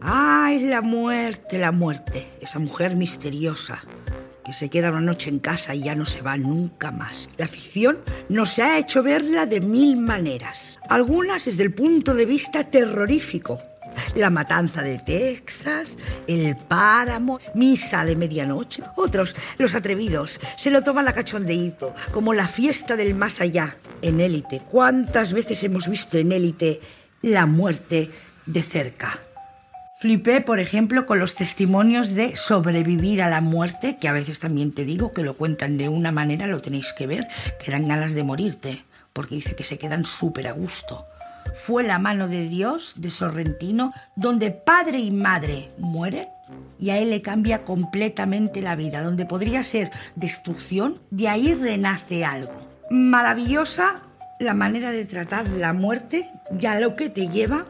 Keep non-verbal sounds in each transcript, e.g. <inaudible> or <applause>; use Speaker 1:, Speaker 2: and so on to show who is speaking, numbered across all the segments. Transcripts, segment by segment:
Speaker 1: Ah, es la muerte, la muerte. Esa mujer misteriosa que se queda una noche en casa y ya no se va nunca más. La ficción nos ha hecho verla de mil maneras, algunas desde el punto de vista terrorífico. La matanza de Texas, el páramo, misa de medianoche. Otros, los atrevidos, se lo toman a cachondeíto, como la fiesta del más allá. En élite, ¿cuántas veces hemos visto en élite la muerte de cerca? Flipé, por ejemplo, con los testimonios de sobrevivir a la muerte, que a veces también te digo que lo cuentan de una manera, lo tenéis que ver, que eran ganas de morirte, porque dice que se quedan súper a gusto. Fue la mano de Dios de Sorrentino, donde padre y madre mueren y a él le cambia completamente la vida, donde podría ser destrucción, de ahí renace algo. Maravillosa la manera de tratar la muerte y a lo que te lleva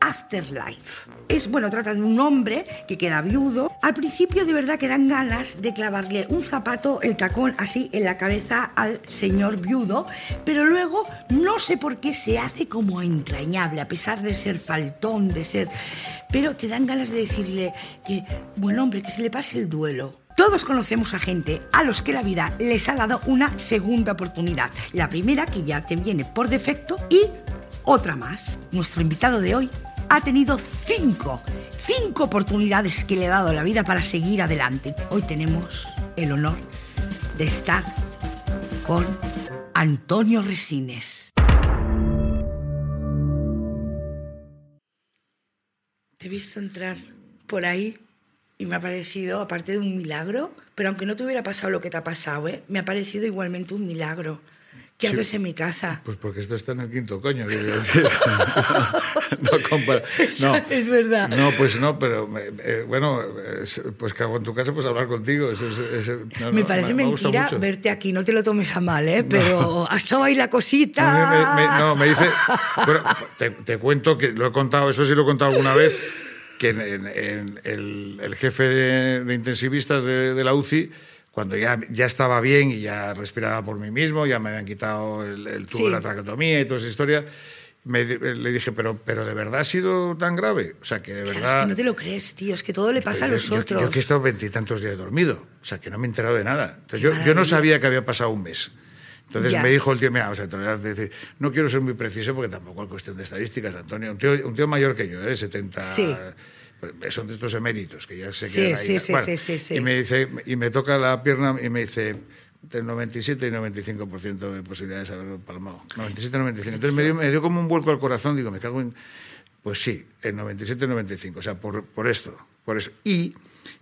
Speaker 1: Afterlife. Es bueno, trata de un hombre que queda viudo. Al principio de verdad que dan ganas de clavarle un zapato, el tacón así en la cabeza al señor viudo, pero luego no sé por qué se hace como entrañable, a pesar de ser faltón, de ser... Pero te dan ganas de decirle que, buen hombre, que se le pase el duelo. Todos conocemos a gente a los que la vida les ha dado una segunda oportunidad. La primera que ya te viene por defecto y otra más. Nuestro invitado de hoy ha tenido cinco, cinco oportunidades que le ha dado la vida para seguir adelante. Hoy tenemos el honor de estar con Antonio Resines. Te he visto entrar por ahí y me ha parecido, aparte de un milagro, pero aunque no te hubiera pasado lo que te ha pasado, ¿eh? me ha parecido igualmente un milagro. ¿Qué
Speaker 2: Sí.
Speaker 1: haces en mi casa?
Speaker 2: Pues porque esto está en el quinto coño, quiero decir. <laughs> no, compara- no.
Speaker 1: <laughs> Es verdad.
Speaker 2: No, pues no, pero me- eh, bueno, es- pues que hago en tu casa, pues hablar contigo. es- es- es- no,
Speaker 1: me
Speaker 2: no,
Speaker 1: parece
Speaker 2: ha gustado
Speaker 1: mentira
Speaker 2: mucho.
Speaker 1: verte aquí, no te lo tomes a mal, ¿eh? pero ha estado ahí la cosita.
Speaker 2: Me- me- me- no, me dice. Bueno, te, te cuento que lo he contado, eso sí lo he contado alguna vez, que en, en- en el, el jefe de, de intensivistas de, de la UCI. Cuando ya, ya estaba bien y ya respiraba por mí mismo, ya me habían quitado el, el tubo
Speaker 1: Sí.
Speaker 2: de la traqueotomía y toda esa historia, me di- le dije, pero, pero ¿de verdad ha sido tan grave? O sea, que de
Speaker 1: Claro,
Speaker 2: verdad...
Speaker 1: es que no te lo crees, tío, es que todo le pasa a
Speaker 2: Yo-
Speaker 1: los
Speaker 2: yo,
Speaker 1: otros.
Speaker 2: Yo, que he estado veintitantos días dormido, o sea, que no me he enterado de nada. Entonces,
Speaker 1: Qué
Speaker 2: yo, yo
Speaker 1: maravilla.
Speaker 2: no sabía que había pasado un mes. Entonces
Speaker 1: Ya.
Speaker 2: me dijo el tío, mira, o sea, te lo voy a decir, no quiero ser muy preciso porque tampoco es cuestión de estadísticas, Antonio. Un tío, un tío mayor que yo, de 70...
Speaker 1: Sí.
Speaker 2: Son de estos eméritos que ya se
Speaker 1: Sí,
Speaker 2: quedan ahí.
Speaker 1: sí, sí,
Speaker 2: Bueno,
Speaker 1: sí, sí, sí.
Speaker 2: Y me dice, y me toca la pierna y me dice del 97 y 95% de posibilidades de haberlo palmado. 97-95. Entonces me dio, me dio como un vuelco al corazón, digo, me cago en... Pues sí, el 97-95, o sea, por, por esto. Por eso. Y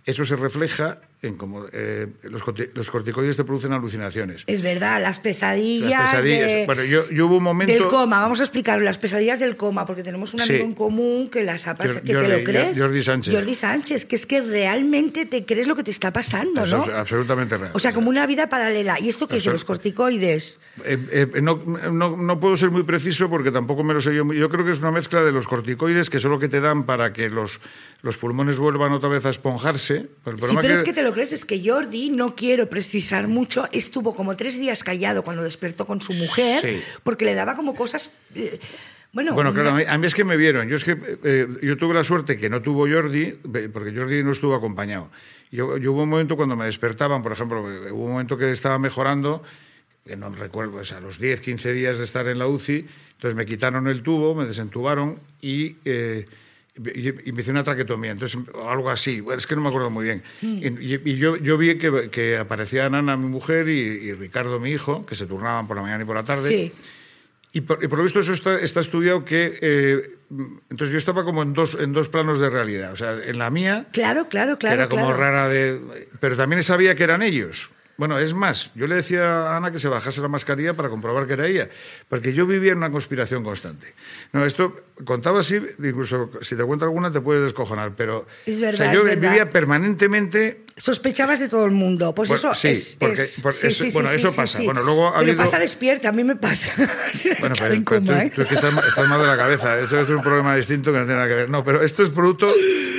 Speaker 2: eso se refleja en cómo eh, los, corti- los corticoides te producen alucinaciones.
Speaker 1: Es verdad, las pesadillas,
Speaker 2: Las pesadillas.
Speaker 1: de-
Speaker 2: Bueno, yo, yo hubo un momento...
Speaker 1: del coma, vamos a explicarlo, las pesadillas del coma, porque tenemos un
Speaker 2: Sí.
Speaker 1: amigo en común que las ha pasado,
Speaker 2: Jor-
Speaker 1: que te
Speaker 2: Jordi-
Speaker 1: lo crees.
Speaker 2: Jor- Jordi Sánchez.
Speaker 1: Jordi Sánchez, que es que realmente te crees lo que te está pasando,
Speaker 2: Eso
Speaker 1: ¿no?
Speaker 2: es absolutamente real.
Speaker 1: O sea, como una vida paralela. ¿Y esto qué es de
Speaker 2: Absol-
Speaker 1: los corticoides?
Speaker 2: Eh, eh, no, no- no puedo ser muy preciso porque tampoco me lo sé yo. muy- Yo creo que es una mezcla de los corticoides que son lo que te dan para que los, los pulmones vuelvan otra vez a esponjarse. El
Speaker 1: sí,
Speaker 2: problema
Speaker 1: pero es que te lo crees, es que Jordi, no quiero precisar mucho, estuvo como tres días callado cuando despertó con su mujer,
Speaker 2: Sí.
Speaker 1: porque le daba como cosas... eh, Bueno,
Speaker 2: Bueno, claro, a
Speaker 1: no-
Speaker 2: mí, a mí es que me vieron. Yo es que eh, yo tuve la suerte que no tuvo Jordi, eh, porque Jordi no estuvo acompañado. Yo, yo hubo un momento cuando me despertaban, por ejemplo, eh, hubo un momento que estaba mejorando, que no recuerdo, o sea, a los 10, 15 días de estar en la UCI, entonces me quitaron el tubo, me desentubaron y, eh, y- y me hice una traquetomía, entonces algo así, Bueno, es que no me acuerdo muy bien.
Speaker 1: Mm.
Speaker 2: Y, y- y yo, yo vi que, que aparecían Ana, mi mujer, y, y Ricardo, mi hijo, que se turnaban por la mañana y por la tarde.
Speaker 1: Sí.
Speaker 2: Y por, y por lo visto eso está, está estudiado que... eh, entonces yo estaba como en dos, en dos planos de realidad. O sea, en la mía,
Speaker 1: Claro, claro, claro.
Speaker 2: que era como
Speaker 1: claro.
Speaker 2: rara de... Pero también sabía que eran ellos. Bueno, es más, yo le decía a Ana que se bajase la mascarilla para comprobar que era ella, porque yo vivía en una conspiración constante. No, esto contaba así, incluso si te cuento alguna te puedes descojonar, pero
Speaker 1: Es
Speaker 2: o sea,
Speaker 1: verdad,
Speaker 2: yo
Speaker 1: es verdad.
Speaker 2: vivía permanentemente
Speaker 1: Sospechabas de todo el mundo. Pues
Speaker 2: Bueno,
Speaker 1: eso
Speaker 2: sí,
Speaker 1: es.
Speaker 2: porque-
Speaker 1: es-
Speaker 2: por-
Speaker 1: sí,
Speaker 2: eso-
Speaker 1: sí, sí,
Speaker 2: bueno,
Speaker 1: sí,
Speaker 2: eso
Speaker 1: sí,
Speaker 2: pasa.
Speaker 1: sí.
Speaker 2: Bueno, luego ha
Speaker 1: Pero
Speaker 2: habido-
Speaker 1: pasa despierta, a mí me pasa. <laughs>
Speaker 2: Bueno,
Speaker 1: Estar
Speaker 2: pero
Speaker 1: en
Speaker 2: tú-
Speaker 1: coma, ¿eh?
Speaker 2: tú, es que estás, estás mal de la cabeza. Eso es un problema distinto que no tiene nada que ver. No, pero esto es producto,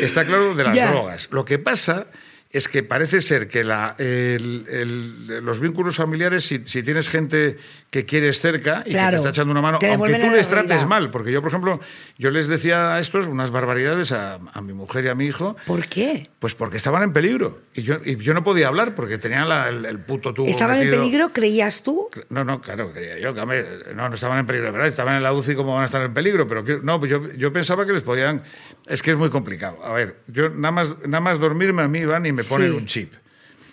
Speaker 2: está claro, de las
Speaker 1: Ya.
Speaker 2: drogas. Lo que pasa es que parece ser que la, el- el- los vínculos familiares, si, si tienes gente que quieres cerca y que te
Speaker 1: Claro,
Speaker 2: está echando una mano,
Speaker 1: te
Speaker 2: aunque
Speaker 1: devuelven
Speaker 2: tú
Speaker 1: la
Speaker 2: les trates
Speaker 1: realidad.
Speaker 2: mal, porque yo, por ejemplo, yo les decía a estos unas barbaridades a, a mi mujer y a mi hijo,
Speaker 1: ¿Por qué?
Speaker 2: pues porque estaban en peligro. Y yo, y yo no podía hablar porque tenían la- el, el puto tubo
Speaker 1: ¿Estaban en
Speaker 2: metido.
Speaker 1: peligro, creías tú?
Speaker 2: No, no, claro, creía yo. que, hombre, no, no estaban en peligro, de ¿verdad? Estaban en la UCI, ¿cómo van a estar en peligro? Pero que- no, pues yo, yo pensaba que les podían. Es que es muy complicado. A ver, yo nada más, nada más dormirme a mí van y me ponen
Speaker 1: Sí.
Speaker 2: un chip.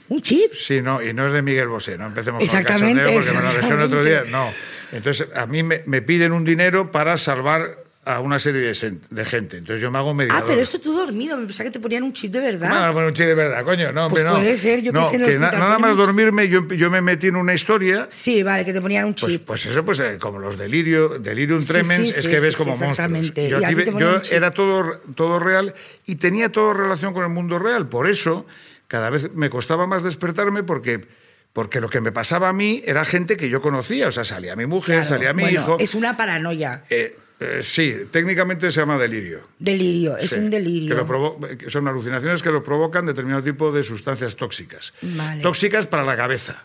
Speaker 1: ¿Un chip?
Speaker 2: Sí, no, y no es de Miguel Bosé, no empecemos con el
Speaker 1: Exactamente,
Speaker 2: cachondeo porque me lo dejaron otro día.
Speaker 1: exactamente.
Speaker 2: No. Entonces, a mí me, me piden un dinero para salvar a una serie de, sen- de gente. Entonces yo me hago mediador.
Speaker 1: Ah, pero eso tú dormido, me pensaba que te ponían un chip de
Speaker 2: Me van
Speaker 1: verdad.
Speaker 2: a poner un chip de verdad, coño. No,
Speaker 1: Pues
Speaker 2: hombre, no.
Speaker 1: puede ser, yo que
Speaker 2: no,
Speaker 1: sé, en el
Speaker 2: na-
Speaker 1: hospital
Speaker 2: nada
Speaker 1: ponen
Speaker 2: más
Speaker 1: un chip.
Speaker 2: dormirme, yo, yo me metí en una historia
Speaker 1: Sí, vale, que te ponían un
Speaker 2: pues,
Speaker 1: chip.
Speaker 2: pues eso, pues eh, como los delirio, delirium
Speaker 1: Sí,
Speaker 2: tremens,
Speaker 1: sí,
Speaker 2: es
Speaker 1: sí,
Speaker 2: que
Speaker 1: sí,
Speaker 2: ves
Speaker 1: sí,
Speaker 2: como monstruos.
Speaker 1: exactamente.
Speaker 2: Yo,
Speaker 1: Y a
Speaker 2: aquí
Speaker 1: ti te
Speaker 2: ve-
Speaker 1: ponen
Speaker 2: yo
Speaker 1: un chip.
Speaker 2: era todo, todo real y tenía todo relación con el mundo real. Por eso, cada vez me costaba más despertarme porque, porque lo que me pasaba a mí era gente que yo conocía. O sea, salía mi mujer,
Speaker 1: Claro,
Speaker 2: salía mi
Speaker 1: bueno,
Speaker 2: hijo.
Speaker 1: Es una paranoia,
Speaker 2: Eh, eh, sí, técnicamente se llama delirio.
Speaker 1: delirio, es
Speaker 2: Sí,
Speaker 1: un
Speaker 2: que
Speaker 1: delirio.
Speaker 2: lo provo- que son alucinaciones que lo provocan determinado tipo de sustancias tóxicas.
Speaker 1: Vale.
Speaker 2: Tóxicas para la cabeza,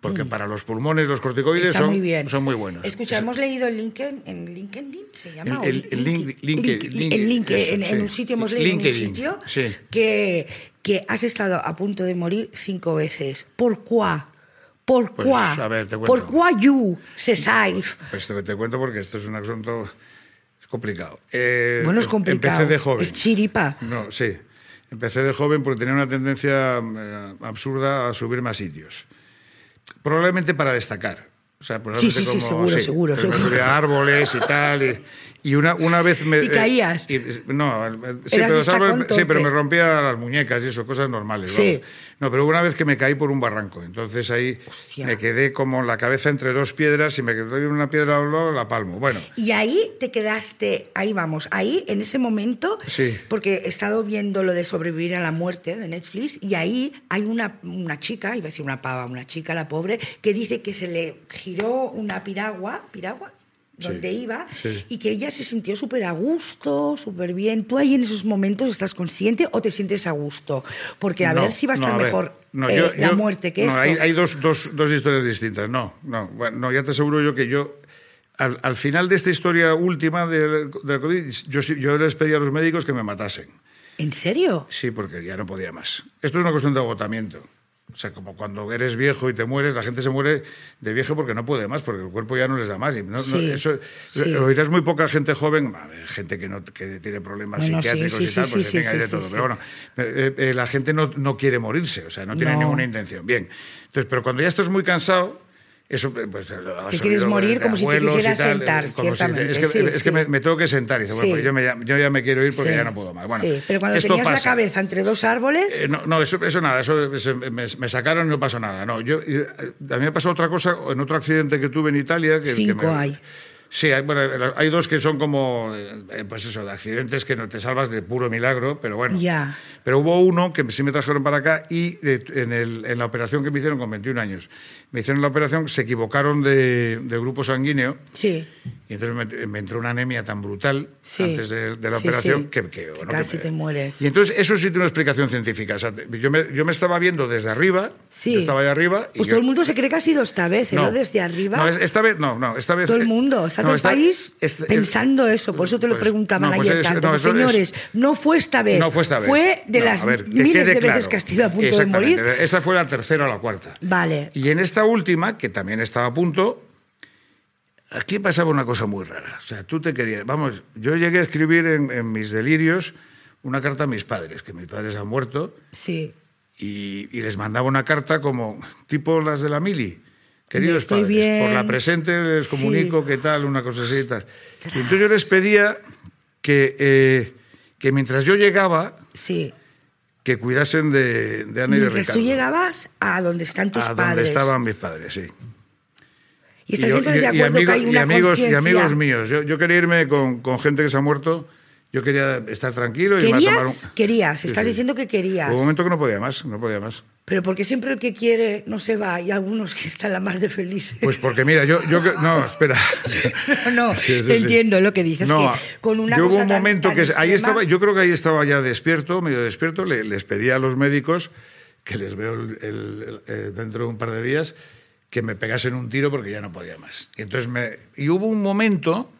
Speaker 2: porque para los pulmones los corticoides
Speaker 1: Está
Speaker 2: son,
Speaker 1: muy bien.
Speaker 2: son muy buenos.
Speaker 1: Escucha, hemos leído en LinkedIn, en LinkedIn se llama.
Speaker 2: El-
Speaker 1: ¿O
Speaker 2: el- el
Speaker 1: Linki-
Speaker 2: link- LinkedIn,
Speaker 1: Linki-
Speaker 2: eso,
Speaker 1: el LinkedIn, en,
Speaker 2: sí.
Speaker 1: en un sitio hemos leído en un
Speaker 2: LinkedIn,
Speaker 1: sitio
Speaker 2: sí.
Speaker 1: que, que has estado a punto de morir cinco veces. ¿Por qué? ¿Por
Speaker 2: Pues,
Speaker 1: qué?
Speaker 2: a ver, te
Speaker 1: ¿Por
Speaker 2: cuento.
Speaker 1: qué you se saif?
Speaker 2: Pues te, te cuento porque esto es un asunto es complicado. Eh,
Speaker 1: Bueno, es
Speaker 2: em-
Speaker 1: complicado.
Speaker 2: Empecé de joven.
Speaker 1: Es chiripa.
Speaker 2: No, sí. Empecé de joven porque tenía una tendencia eh, absurda a subirme a sitios. Probablemente para destacar. O sea, probablemente
Speaker 1: sí, sí,
Speaker 2: como-
Speaker 1: seguro, seguro,
Speaker 2: Entonces me
Speaker 1: seguro.
Speaker 2: subía a árboles y tal. Y, y una, una vez me... eh,
Speaker 1: ¿Y caías?
Speaker 2: y- no, eh, sí,
Speaker 1: Eras
Speaker 2: pero, los
Speaker 1: destacón
Speaker 2: árboles- sí, pero
Speaker 1: torpe.
Speaker 2: me rompía las muñecas y eso, cosas normales.
Speaker 1: Sí.
Speaker 2: vamos. No, pero hubo una vez que me caí por un barranco. Entonces ahí
Speaker 1: Hostia.
Speaker 2: me quedé como la cabeza entre dos piedras y me quedé una piedra al lado, la palmo. Bueno,
Speaker 1: Y ahí te quedaste, ahí vamos, ahí en ese momento,
Speaker 2: Sí.
Speaker 1: porque he estado viendo lo de sobrevivir a la muerte de Netflix, y ahí hay una, una chica, iba a decir una pava, una chica, la pobre, que dice que se le giró una piragua, piragua, donde iba,
Speaker 2: sí.
Speaker 1: y que ella se sintió súper a gusto, súper bien. ¿Tú ahí en esos momentos estás consciente o te sientes a gusto? Porque a
Speaker 2: No,
Speaker 1: ver si va a
Speaker 2: no,
Speaker 1: estar
Speaker 2: ver.
Speaker 1: mejor
Speaker 2: No,
Speaker 1: eh,
Speaker 2: yo-
Speaker 1: la
Speaker 2: yo-
Speaker 1: muerte que
Speaker 2: no,
Speaker 1: esto.
Speaker 2: Hay, hay dos, dos- dos historias distintas. No, no, bueno, no, ya te aseguro yo que yo. Al, al final de esta historia última del, del COVID, yo, sí- yo les pedí a los médicos que me matasen.
Speaker 1: ¿En serio?
Speaker 2: Sí, porque ya no podía más. Esto es una cuestión de agotamiento. O sea, como cuando eres viejo y te mueres, la gente se muere de viejo porque no puede más, porque el cuerpo ya no les da más. Y no- no-
Speaker 1: Sí,
Speaker 2: eso-
Speaker 1: sí.
Speaker 2: Oirás muy poca gente joven, a ver, gente que, no, que tiene problemas
Speaker 1: Bueno, sí,
Speaker 2: psiquiátricos
Speaker 1: sí,
Speaker 2: y
Speaker 1: sí,
Speaker 2: tal,
Speaker 1: sí,
Speaker 2: pues
Speaker 1: sí,
Speaker 2: venga, hay
Speaker 1: sí,
Speaker 2: de todo.
Speaker 1: sí,
Speaker 2: Pero
Speaker 1: sí.
Speaker 2: bueno, eh, eh, la gente no, no quiere morirse, o sea, no tiene
Speaker 1: No.
Speaker 2: ninguna intención. Bien, entonces, pero cuando ya estás muy cansado... Eso, eh, pues, lo has
Speaker 1: Te quieres
Speaker 2: oído
Speaker 1: morir
Speaker 2: de
Speaker 1: como si te
Speaker 2: abuelos y
Speaker 1: quisieras
Speaker 2: tal,
Speaker 1: sentar,
Speaker 2: como si-
Speaker 1: ciertamente,
Speaker 2: es que,
Speaker 1: sí,
Speaker 2: es que
Speaker 1: sí.
Speaker 2: me, me tengo que sentar y dice, bueno,
Speaker 1: Sí.
Speaker 2: pues yo, me ya- yo ya me quiero ir porque
Speaker 1: Sí.
Speaker 2: ya no puedo más. Bueno,
Speaker 1: Sí, pero cuando
Speaker 2: esto
Speaker 1: tenías la
Speaker 2: pasa.
Speaker 1: cabeza entre dos árboles...
Speaker 2: Eh, no, no, eso, eso nada, eso, eso, me, me sacaron y no pasó nada. No, yo, eh, a mí me pasó otra cosa en otro accidente que tuve en Italia. Que, que
Speaker 1: Cinco
Speaker 2: me-
Speaker 1: hay.
Speaker 2: Sí, hay, bueno, eh, hay dos que son como, eh, pues eso, de accidentes que no te salvas de puro milagro, pero bueno.
Speaker 1: Ya.
Speaker 2: Pero hubo uno que sí me trajeron para acá y de- en, el- en la operación que me hicieron con 21 años, me hicieron la operación, se equivocaron de, de grupo sanguíneo.
Speaker 1: Sí.
Speaker 2: Y entonces me, me entró una anemia tan brutal
Speaker 1: Sí.
Speaker 2: antes de, de la
Speaker 1: Sí,
Speaker 2: operación
Speaker 1: sí.
Speaker 2: que, que,
Speaker 1: Que
Speaker 2: bueno,
Speaker 1: casi te mueres.
Speaker 2: Y entonces eso sí tiene una explicación científica. O sea, te- yo, me, yo me estaba viendo desde arriba,
Speaker 1: Sí.
Speaker 2: yo estaba ahí arriba. y
Speaker 1: Pues
Speaker 2: yo-
Speaker 1: todo el mundo se cree que ha sido esta vez, ¿eh?
Speaker 2: No.
Speaker 1: ¿no? Desde arriba.
Speaker 2: No, es- esta vez no, no, esta vez...
Speaker 1: todo el
Speaker 2: eh,
Speaker 1: mundo, está
Speaker 2: no,
Speaker 1: todo el
Speaker 2: esta-
Speaker 1: país
Speaker 2: este-
Speaker 1: pensando eso. Por eso te lo
Speaker 2: pues,
Speaker 1: preguntaban
Speaker 2: no, pues
Speaker 1: ayer
Speaker 2: es-
Speaker 1: tanto.
Speaker 2: no,
Speaker 1: Pues,
Speaker 2: eso es-
Speaker 1: señores, no fue esta vez.
Speaker 2: No fue esta vez.
Speaker 1: Fue de
Speaker 2: No,
Speaker 1: las
Speaker 2: a ver, que
Speaker 1: miles
Speaker 2: quede
Speaker 1: de
Speaker 2: claro.
Speaker 1: veces que has estado a punto de
Speaker 2: Exactamente.
Speaker 1: morir.
Speaker 2: Esa fue la tercera o la cuarta.
Speaker 1: Vale.
Speaker 2: Y en esta última, que también estaba a punto, aquí pasaba una cosa muy rara. O sea, tú te querías. Vamos, yo llegué a escribir en, en mis delirios una carta a mis padres, que mis padres han muerto,
Speaker 1: Sí.
Speaker 2: y, y les mandaba una carta como tipo las de la mili. Queridos
Speaker 1: Estoy
Speaker 2: padres, por
Speaker 1: bien.
Speaker 2: la presente les
Speaker 1: Sí.
Speaker 2: comunico qué tal, una cosa así y tal. Y entonces yo les pedía que, eh, que mientras yo llegaba,
Speaker 1: Sí.
Speaker 2: que cuidasen de, de Ana y de
Speaker 1: Mientras
Speaker 2: Ricardo.
Speaker 1: tú llegabas a donde están tus
Speaker 2: a donde
Speaker 1: padres.
Speaker 2: estaban mis padres, sí.
Speaker 1: Y estás
Speaker 2: yo-
Speaker 1: entonces de
Speaker 2: y
Speaker 1: acuerdo
Speaker 2: amigo-
Speaker 1: que hay
Speaker 2: y
Speaker 1: una
Speaker 2: amigos, y
Speaker 1: conciencia.
Speaker 2: amigos míos. Yo, yo quería irme con, con gente que se ha muerto Yo quería estar tranquilo y
Speaker 1: ¿Querías?
Speaker 2: me a tomar un...
Speaker 1: Querías,
Speaker 2: Sí,
Speaker 1: estás
Speaker 2: sí.
Speaker 1: diciendo que querías.
Speaker 2: Hubo un momento que no podía más, no podía más.
Speaker 1: Pero porque siempre el que quiere no se va y algunos que están la más de felices.
Speaker 2: Pues porque mira, yo, yo que- no, espera.
Speaker 1: <laughs> no,
Speaker 2: Sí, sí,
Speaker 1: te
Speaker 2: sí.
Speaker 1: entiendo lo que dices.
Speaker 2: No,
Speaker 1: que con una
Speaker 2: yo hubo
Speaker 1: cosa
Speaker 2: un
Speaker 1: tan-
Speaker 2: momento
Speaker 1: tan
Speaker 2: que ahí
Speaker 1: extrema-
Speaker 2: estaba, yo creo que ahí estaba ya despierto, medio despierto, le- les pedí a los médicos que les veo el- el- el- eh, dentro de un par de días que me pegasen un tiro porque ya no podía más. Y entonces me y hubo un momento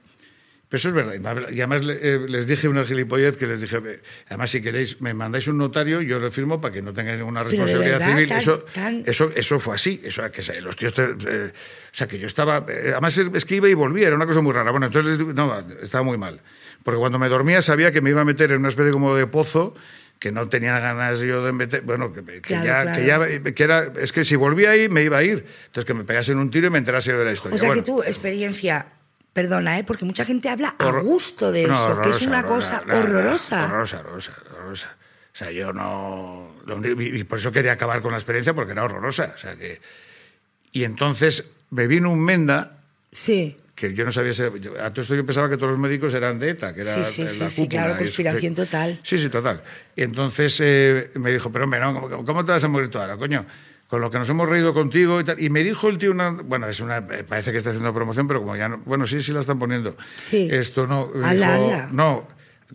Speaker 2: pero eso es verdad. Y además le- eh, les dije una gilipollez que les dije, eh, además si queréis, me mandáis un notario, yo lo firmo para que no tengáis ninguna
Speaker 1: Pero de
Speaker 2: responsabilidad
Speaker 1: verdad,
Speaker 2: civil.
Speaker 1: tan-
Speaker 2: eso,
Speaker 1: tan-
Speaker 2: eso, eso fue así. Eso, que se- los tíos, te- eh, o sea, que yo estaba... eh, además es es que iba y volvía, era una cosa muy rara. Bueno, entonces no, estaba muy mal. Porque cuando me dormía sabía que me iba a meter en una especie como de pozo que no tenía ganas yo de meter... Bueno, que, que
Speaker 1: Claro,
Speaker 2: ya...
Speaker 1: claro.
Speaker 2: Que ya que era, es que si volvía ahí me iba a ir. Entonces que me pegasen un tiro y me enterase yo de la historia.
Speaker 1: O sea
Speaker 2: Bueno.
Speaker 1: que tu experiencia, perdona, ¿eh? porque mucha gente habla a
Speaker 2: Horror-
Speaker 1: gusto de
Speaker 2: No,
Speaker 1: eso, que es
Speaker 2: horrorosa,
Speaker 1: una cosa
Speaker 2: horrorosa, no, no, no,
Speaker 1: horrorosa.
Speaker 2: Horrorosa, horrorosa, horrorosa. O sea, yo no... lo único- y y por eso quería acabar con la experiencia, porque era horrorosa. O sea, que... Y entonces me vino un menda
Speaker 1: Sí,
Speaker 2: que yo no sabía... si- yo- a todo esto yo pensaba que todos los médicos eran de ETA, que era
Speaker 1: Sí, sí,
Speaker 2: la
Speaker 1: sí,
Speaker 2: cúpula.
Speaker 1: sí, claro,
Speaker 2: y eso.
Speaker 1: conspiración
Speaker 2: Sí.
Speaker 1: total.
Speaker 2: Sí, sí, total. Y entonces eh, me dijo, pero hombre, no, ¿cómo, cómo te vas a morir tú ahora, coño? Con lo que nos hemos reído contigo y tal. Y me dijo el tío una... Bueno, es una, eh, parece que está haciendo promoción, pero como ya no... Bueno, sí, sí la están poniendo.
Speaker 1: Sí.
Speaker 2: Esto no... me
Speaker 1: Ala,
Speaker 2: dijo,
Speaker 1: ala.
Speaker 2: No,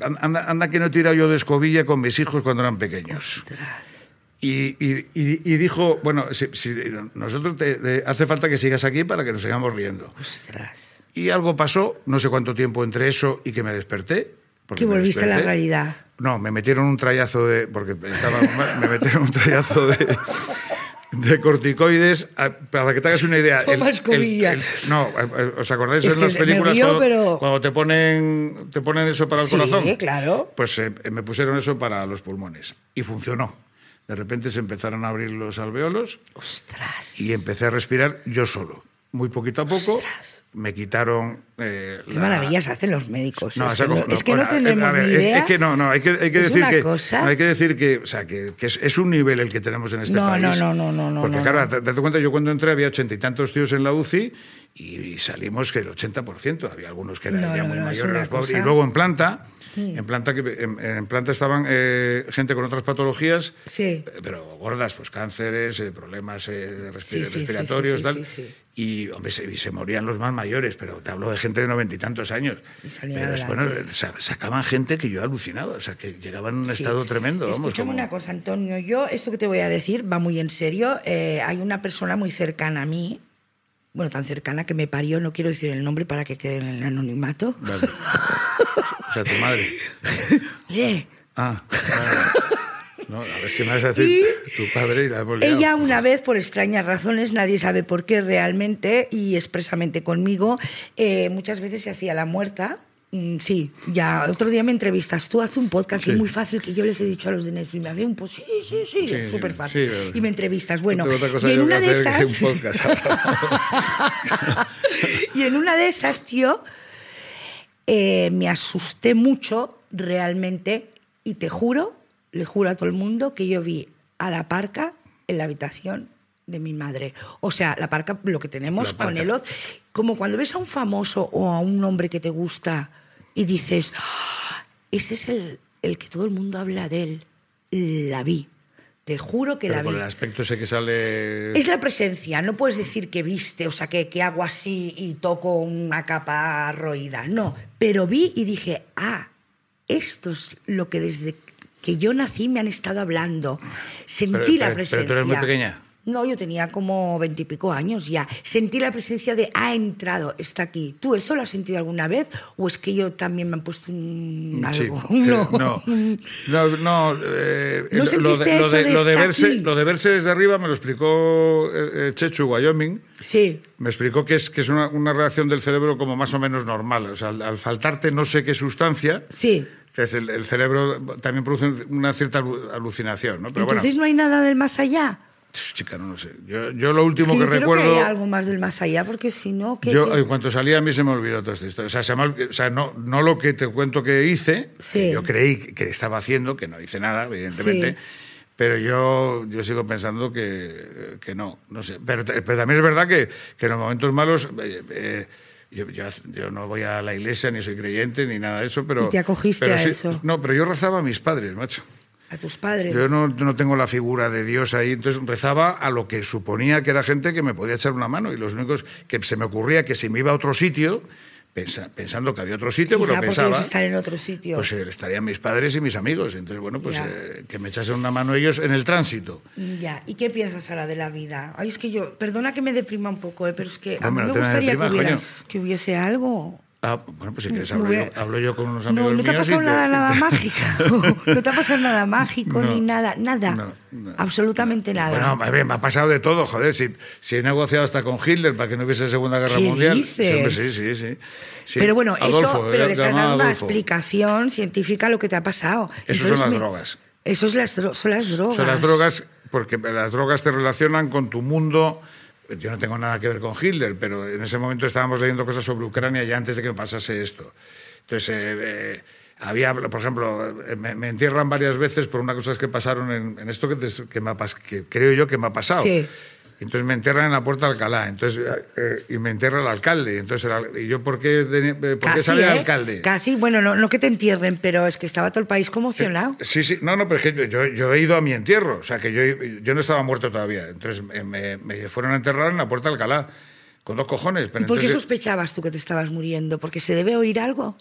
Speaker 2: an- anda, anda que no he tirado yo de escobilla con mis hijos cuando eran pequeños.
Speaker 1: Ostras.
Speaker 2: Y, y- y- y dijo, bueno, si, si nosotros te- te- hace falta que sigas aquí para que nos sigamos riendo.
Speaker 1: ostras.
Speaker 2: Y algo pasó, no sé cuánto tiempo entre eso y que me desperté. porque
Speaker 1: Que
Speaker 2: me
Speaker 1: volviste a la
Speaker 2: desperté.
Speaker 1: realidad.
Speaker 2: No, me metieron un trayazo de. Porque estaba mal, me metieron un trayazo de. De corticoides, a- para que te hagas una idea.
Speaker 1: <laughs> Toma escobilla.
Speaker 2: no, eh, ¿os acordáis
Speaker 1: Es
Speaker 2: en
Speaker 1: que
Speaker 2: las
Speaker 1: me
Speaker 2: películas
Speaker 1: río,
Speaker 2: cuando,
Speaker 1: pero-
Speaker 2: cuando te ponen te ponen eso para el
Speaker 1: Sí,
Speaker 2: corazón?
Speaker 1: claro.
Speaker 2: Pues eh, me pusieron eso para los pulmones y funcionó. De repente se empezaron a abrir los alveolos
Speaker 1: Ostras.
Speaker 2: y empecé a respirar yo solo. Muy poquito a poco
Speaker 1: Ostras.
Speaker 2: me quitaron. eh,
Speaker 1: Qué
Speaker 2: la-
Speaker 1: maravillas hacen los médicos.
Speaker 2: No,
Speaker 1: es,
Speaker 2: esa
Speaker 1: que no,
Speaker 2: cosa-
Speaker 1: es que no
Speaker 2: bueno, a-
Speaker 1: tenemos
Speaker 2: a ver,
Speaker 1: ni
Speaker 2: es-
Speaker 1: idea.
Speaker 2: Es que no, no, hay que, hay que
Speaker 1: Es
Speaker 2: decir
Speaker 1: una
Speaker 2: que.
Speaker 1: cosa.
Speaker 2: no, hay que decir que, o sea, que, que es, es un nivel el que tenemos en este
Speaker 1: No,
Speaker 2: país.
Speaker 1: no, no, no, no, no,
Speaker 2: Porque,
Speaker 1: no,
Speaker 2: claro,
Speaker 1: no.
Speaker 2: te- date cuenta, yo cuando entré había ochenta y tantos tíos en la UCI y, y salimos que el 80%. Había algunos que eran
Speaker 1: No,
Speaker 2: ya
Speaker 1: no,
Speaker 2: muy
Speaker 1: no, es
Speaker 2: mayores,
Speaker 1: una
Speaker 2: los pobres.
Speaker 1: cosa.
Speaker 2: Y luego en planta. En planta, que, en, en planta estaban eh, gente con otras patologías
Speaker 1: Sí.
Speaker 2: pero gordas, pues cánceres, eh, problemas eh, respi-
Speaker 1: Sí, sí, sí, sí,
Speaker 2: respiratorios,
Speaker 1: sí,
Speaker 2: tal.
Speaker 1: sí, sí.
Speaker 2: Y, hombre, se, y se morían los más mayores, pero te hablo de gente de noventa y tantos años.
Speaker 1: Y salían
Speaker 2: Pero es bueno,
Speaker 1: adelante.
Speaker 2: sa- sacaban gente que yo alucinaba, o sea, que llegaban en un
Speaker 1: Sí.
Speaker 2: estado tremendo. Vamos,
Speaker 1: Escúchame
Speaker 2: como-
Speaker 1: una cosa, Antonio. Yo, esto que te voy a decir va muy en serio. Eh, hay una persona muy cercana a mí, bueno, tan cercana que me parió, no quiero decir el nombre para que quede en el anonimato.
Speaker 2: Vale. O sea, tu madre.
Speaker 1: Eh,
Speaker 2: Ah, claro. No, a ver si me vas a decir
Speaker 1: Y
Speaker 2: tu padre y la hemos liado.
Speaker 1: Ella una vez, por extrañas razones, nadie sabe por qué realmente y expresamente conmigo, eh, muchas veces se hacía la muerta. Mm, Sí, ya otro día me entrevistas. Tú haces un podcast y
Speaker 2: Sí.
Speaker 1: es muy fácil que yo les he dicho a los de Netflix. Me hacían un post. Sí, sí, sí,
Speaker 2: Sí,
Speaker 1: súper fácil.
Speaker 2: sí, claro.
Speaker 1: y me entrevistas. Bueno,
Speaker 2: No tengo otra cosa
Speaker 1: y en
Speaker 2: yo que
Speaker 1: una de
Speaker 2: hacer que
Speaker 1: esas.
Speaker 2: un podcast.
Speaker 1: <laughs> y en una de esas, tío, eh, me asusté mucho realmente y te juro, le juro a todo el mundo que yo vi a la parca en la habitación de mi madre. O sea, la parca, lo que tenemos
Speaker 2: La parca.
Speaker 1: con el oz, como cuando ves a un famoso o a un hombre que te gusta y dices, "Ah, ese es el, el que todo el mundo habla de él, la vi. Te juro <laughs> que
Speaker 2: Pero
Speaker 1: la vi.
Speaker 2: con el aspecto ese que sale...
Speaker 1: Es la presencia, no puedes decir que viste, o sea, que, que hago así y toco una capa roída, no. Pero vi y dije, ah, esto es lo que desde que yo nací me han estado hablando. Sentí
Speaker 2: Pero- pero-
Speaker 1: la
Speaker 2: pero tú
Speaker 1: presencia.
Speaker 2: eres muy pequeña.
Speaker 1: No, yo tenía como veintipico años ya. Sentí la presencia de ha entrado, está aquí. ¿Tú eso lo has sentido alguna vez? ¿O es que yo también me han puesto un
Speaker 2: Sí,
Speaker 1: algo?
Speaker 2: eh,
Speaker 1: <laughs> no.
Speaker 2: no, no, no, eh,
Speaker 1: ¿No
Speaker 2: lo- lo,
Speaker 1: sentiste
Speaker 2: de, lo,
Speaker 1: eso
Speaker 2: de,
Speaker 1: de
Speaker 2: lo de
Speaker 1: estar
Speaker 2: verse,
Speaker 1: aquí?
Speaker 2: lo de verse desde arriba me lo explicó eh, eh, Chechu Wyoming.
Speaker 1: Sí.
Speaker 2: Me explicó que es, que es una, una reacción del cerebro como más o menos normal. O sea, al, al faltarte no sé qué sustancia,
Speaker 1: Sí.
Speaker 2: que es el, el cerebro también produce una cierta alu- alucinación. ¿no? Pero
Speaker 1: Entonces no hay nada del más allá.
Speaker 2: bueno, chica, no lo sé. Yo, yo lo
Speaker 1: Es
Speaker 2: último
Speaker 1: que
Speaker 2: que,
Speaker 1: yo creo
Speaker 2: recuerdo...
Speaker 1: que hay algo más del más allá, porque si no, ¿qué-
Speaker 2: Yo,
Speaker 1: qué?
Speaker 2: en cuanto salí, a mí se me olvidó toda esta historia. O sea, se me ol- o sea, no, no lo que te cuento que hice,
Speaker 1: Sí.
Speaker 2: que yo creí que que estaba haciendo, que no hice nada, evidentemente.
Speaker 1: Sí.
Speaker 2: Pero yo, yo sigo pensando que, que no, no sé. Pero, pero también es verdad que, que en los momentos malos eh, eh, Yo, yo, yo no voy a la iglesia, ni soy creyente, ni nada de eso, pero...
Speaker 3: Y te acogiste
Speaker 2: pero
Speaker 3: a
Speaker 2: sí-
Speaker 3: eso.
Speaker 2: No, pero yo rezaba a mis padres, macho.
Speaker 1: A tus padres.
Speaker 2: Yo no, no tengo la figura de Dios ahí, entonces rezaba a lo que suponía que era gente que me podía echar una mano y los únicos que se me ocurría que si me iba a otro sitio, pensa- pensando que había otro sitio, pues
Speaker 1: Quizá porque
Speaker 2: lo pensaba.
Speaker 1: ellos están en otro sitio.
Speaker 2: Pues eh, estarían mis padres y mis amigos, entonces bueno, pues
Speaker 1: Ya.
Speaker 2: eh, que me echasen una mano ellos en el tránsito.
Speaker 1: Mm, Ya, ¿y qué piensas ahora de la vida? Ay, es que yo, perdona que me deprima un poco, eh, pero es que a
Speaker 2: Hombre,
Speaker 1: mí me
Speaker 2: no te
Speaker 1: gustaría
Speaker 2: deprimas,
Speaker 1: que, hubieras- que hubiese algo.
Speaker 2: Ah, bueno, pues si quieres
Speaker 1: Me
Speaker 2: hablo
Speaker 1: voy a-
Speaker 2: yo, hablo yo con unos amigos
Speaker 1: Mm, No, no te ha
Speaker 2: míos y
Speaker 1: pasado
Speaker 2: te-
Speaker 1: nada,
Speaker 2: <laughs>
Speaker 1: nada
Speaker 2: te-
Speaker 1: mágico. <laughs> No te ha pasado nada mágico ni
Speaker 2: No,
Speaker 1: nada, nada.
Speaker 2: no, no,
Speaker 1: absolutamente nada.
Speaker 2: Bueno, a ver, me ha pasado de todo, joder. Si, si he negociado hasta con Hitler para que no hubiese Segunda Guerra
Speaker 1: ¿Qué
Speaker 2: Mundial.
Speaker 1: dices?
Speaker 2: Sí, hombre, sí, sí, sí, Sí.
Speaker 1: pero bueno, eso,
Speaker 2: Adolfo,
Speaker 1: pero
Speaker 2: era-
Speaker 1: le estás
Speaker 2: llamaba
Speaker 1: dando una
Speaker 2: Adolfo.
Speaker 1: explicación científica a lo que te ha pasado.
Speaker 2: Eso son las drogas.
Speaker 1: Eso es las dro- son las drogas.
Speaker 2: O sea, las drogas, porque las drogas te relacionan con tu mundo. Yo no tengo nada que ver con Hitler, pero en ese momento estábamos leyendo cosas sobre Ucrania ya antes de que pasase esto. Entonces, eh, eh, había, por ejemplo, eh, me, me entierran varias veces por unas cosas que pasaron en, en esto que, te- que me ha pas- que creo yo que me ha pasado.
Speaker 1: Sí.
Speaker 2: Entonces me enterran en la puerta de Alcalá, entonces, eh, eh, y me enterra el alcalde. Y Entonces, el al- ¿y yo por qué, tenía- eh, por qué sale el
Speaker 1: ¿eh?
Speaker 2: alcalde?
Speaker 1: Casi, bueno, no, no que te entierren, pero es que estaba todo el país conmocionado.
Speaker 2: Sí, sí, no, no, pero es que yo- yo, yo he ido a mi entierro, o sea, que yo, yo no estaba muerto todavía. Entonces eh, me, me fueron a enterrar en la puerta de Alcalá, con dos cojones. Pero
Speaker 1: ¿Y por qué
Speaker 2: entonces-
Speaker 1: sospechabas tú que te estabas muriendo? ¿Porque se debe oír algo?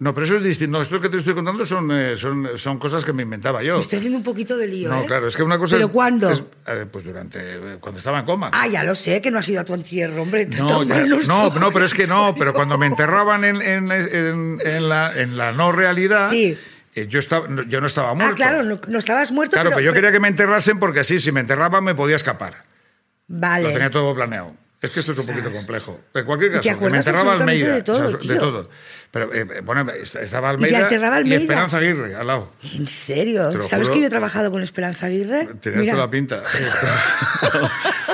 Speaker 2: No, pero eso es distinto. No, esto que te estoy contando son, eh, son, son cosas que me inventaba yo.
Speaker 1: Me estoy haciendo un poquito de lío,
Speaker 2: no,
Speaker 1: ¿eh?
Speaker 2: claro, es que una cosa.
Speaker 1: ¿Pero
Speaker 2: es-
Speaker 1: cuándo?
Speaker 2: es- eh, pues durante. eh, cuando estaba en coma.
Speaker 1: Ah, ya lo sé, que no has ido a tu entierro, hombre.
Speaker 2: No,
Speaker 1: tanto
Speaker 2: ya-
Speaker 1: no estoy
Speaker 2: no, no, pero es que no, pero cuando me
Speaker 1: contigo.
Speaker 2: enterraban en, en- en- en la, en la no realidad,
Speaker 1: Sí.
Speaker 2: eh, yo, estaba, no- yo no estaba muerto.
Speaker 1: Ah, claro, no, no estabas muerto,
Speaker 2: Claro,
Speaker 1: pero...
Speaker 2: pero yo quería que me enterrasen porque así, si me enterraban, me podía escapar.
Speaker 1: Vale.
Speaker 2: Lo tenía todo planeado. Es que esto es un poquito complejo. En cualquier
Speaker 1: te
Speaker 2: caso, que me
Speaker 1: acuerdas
Speaker 2: enterraba
Speaker 1: absolutamente
Speaker 2: Almeida.
Speaker 1: de todo,
Speaker 2: o sea,
Speaker 1: tío.
Speaker 2: de todo. Pero eh, bueno, est- estaba
Speaker 1: te
Speaker 2: Almeida
Speaker 1: enterraba Almeida?
Speaker 2: y Esperanza Aguirre al lado.
Speaker 1: ¿En serio?
Speaker 2: Te lo
Speaker 1: ¿Sabes
Speaker 2: juro.
Speaker 1: que yo he trabajado con Esperanza Aguirre?
Speaker 2: Tenías
Speaker 1: Mira,
Speaker 2: toda la pinta.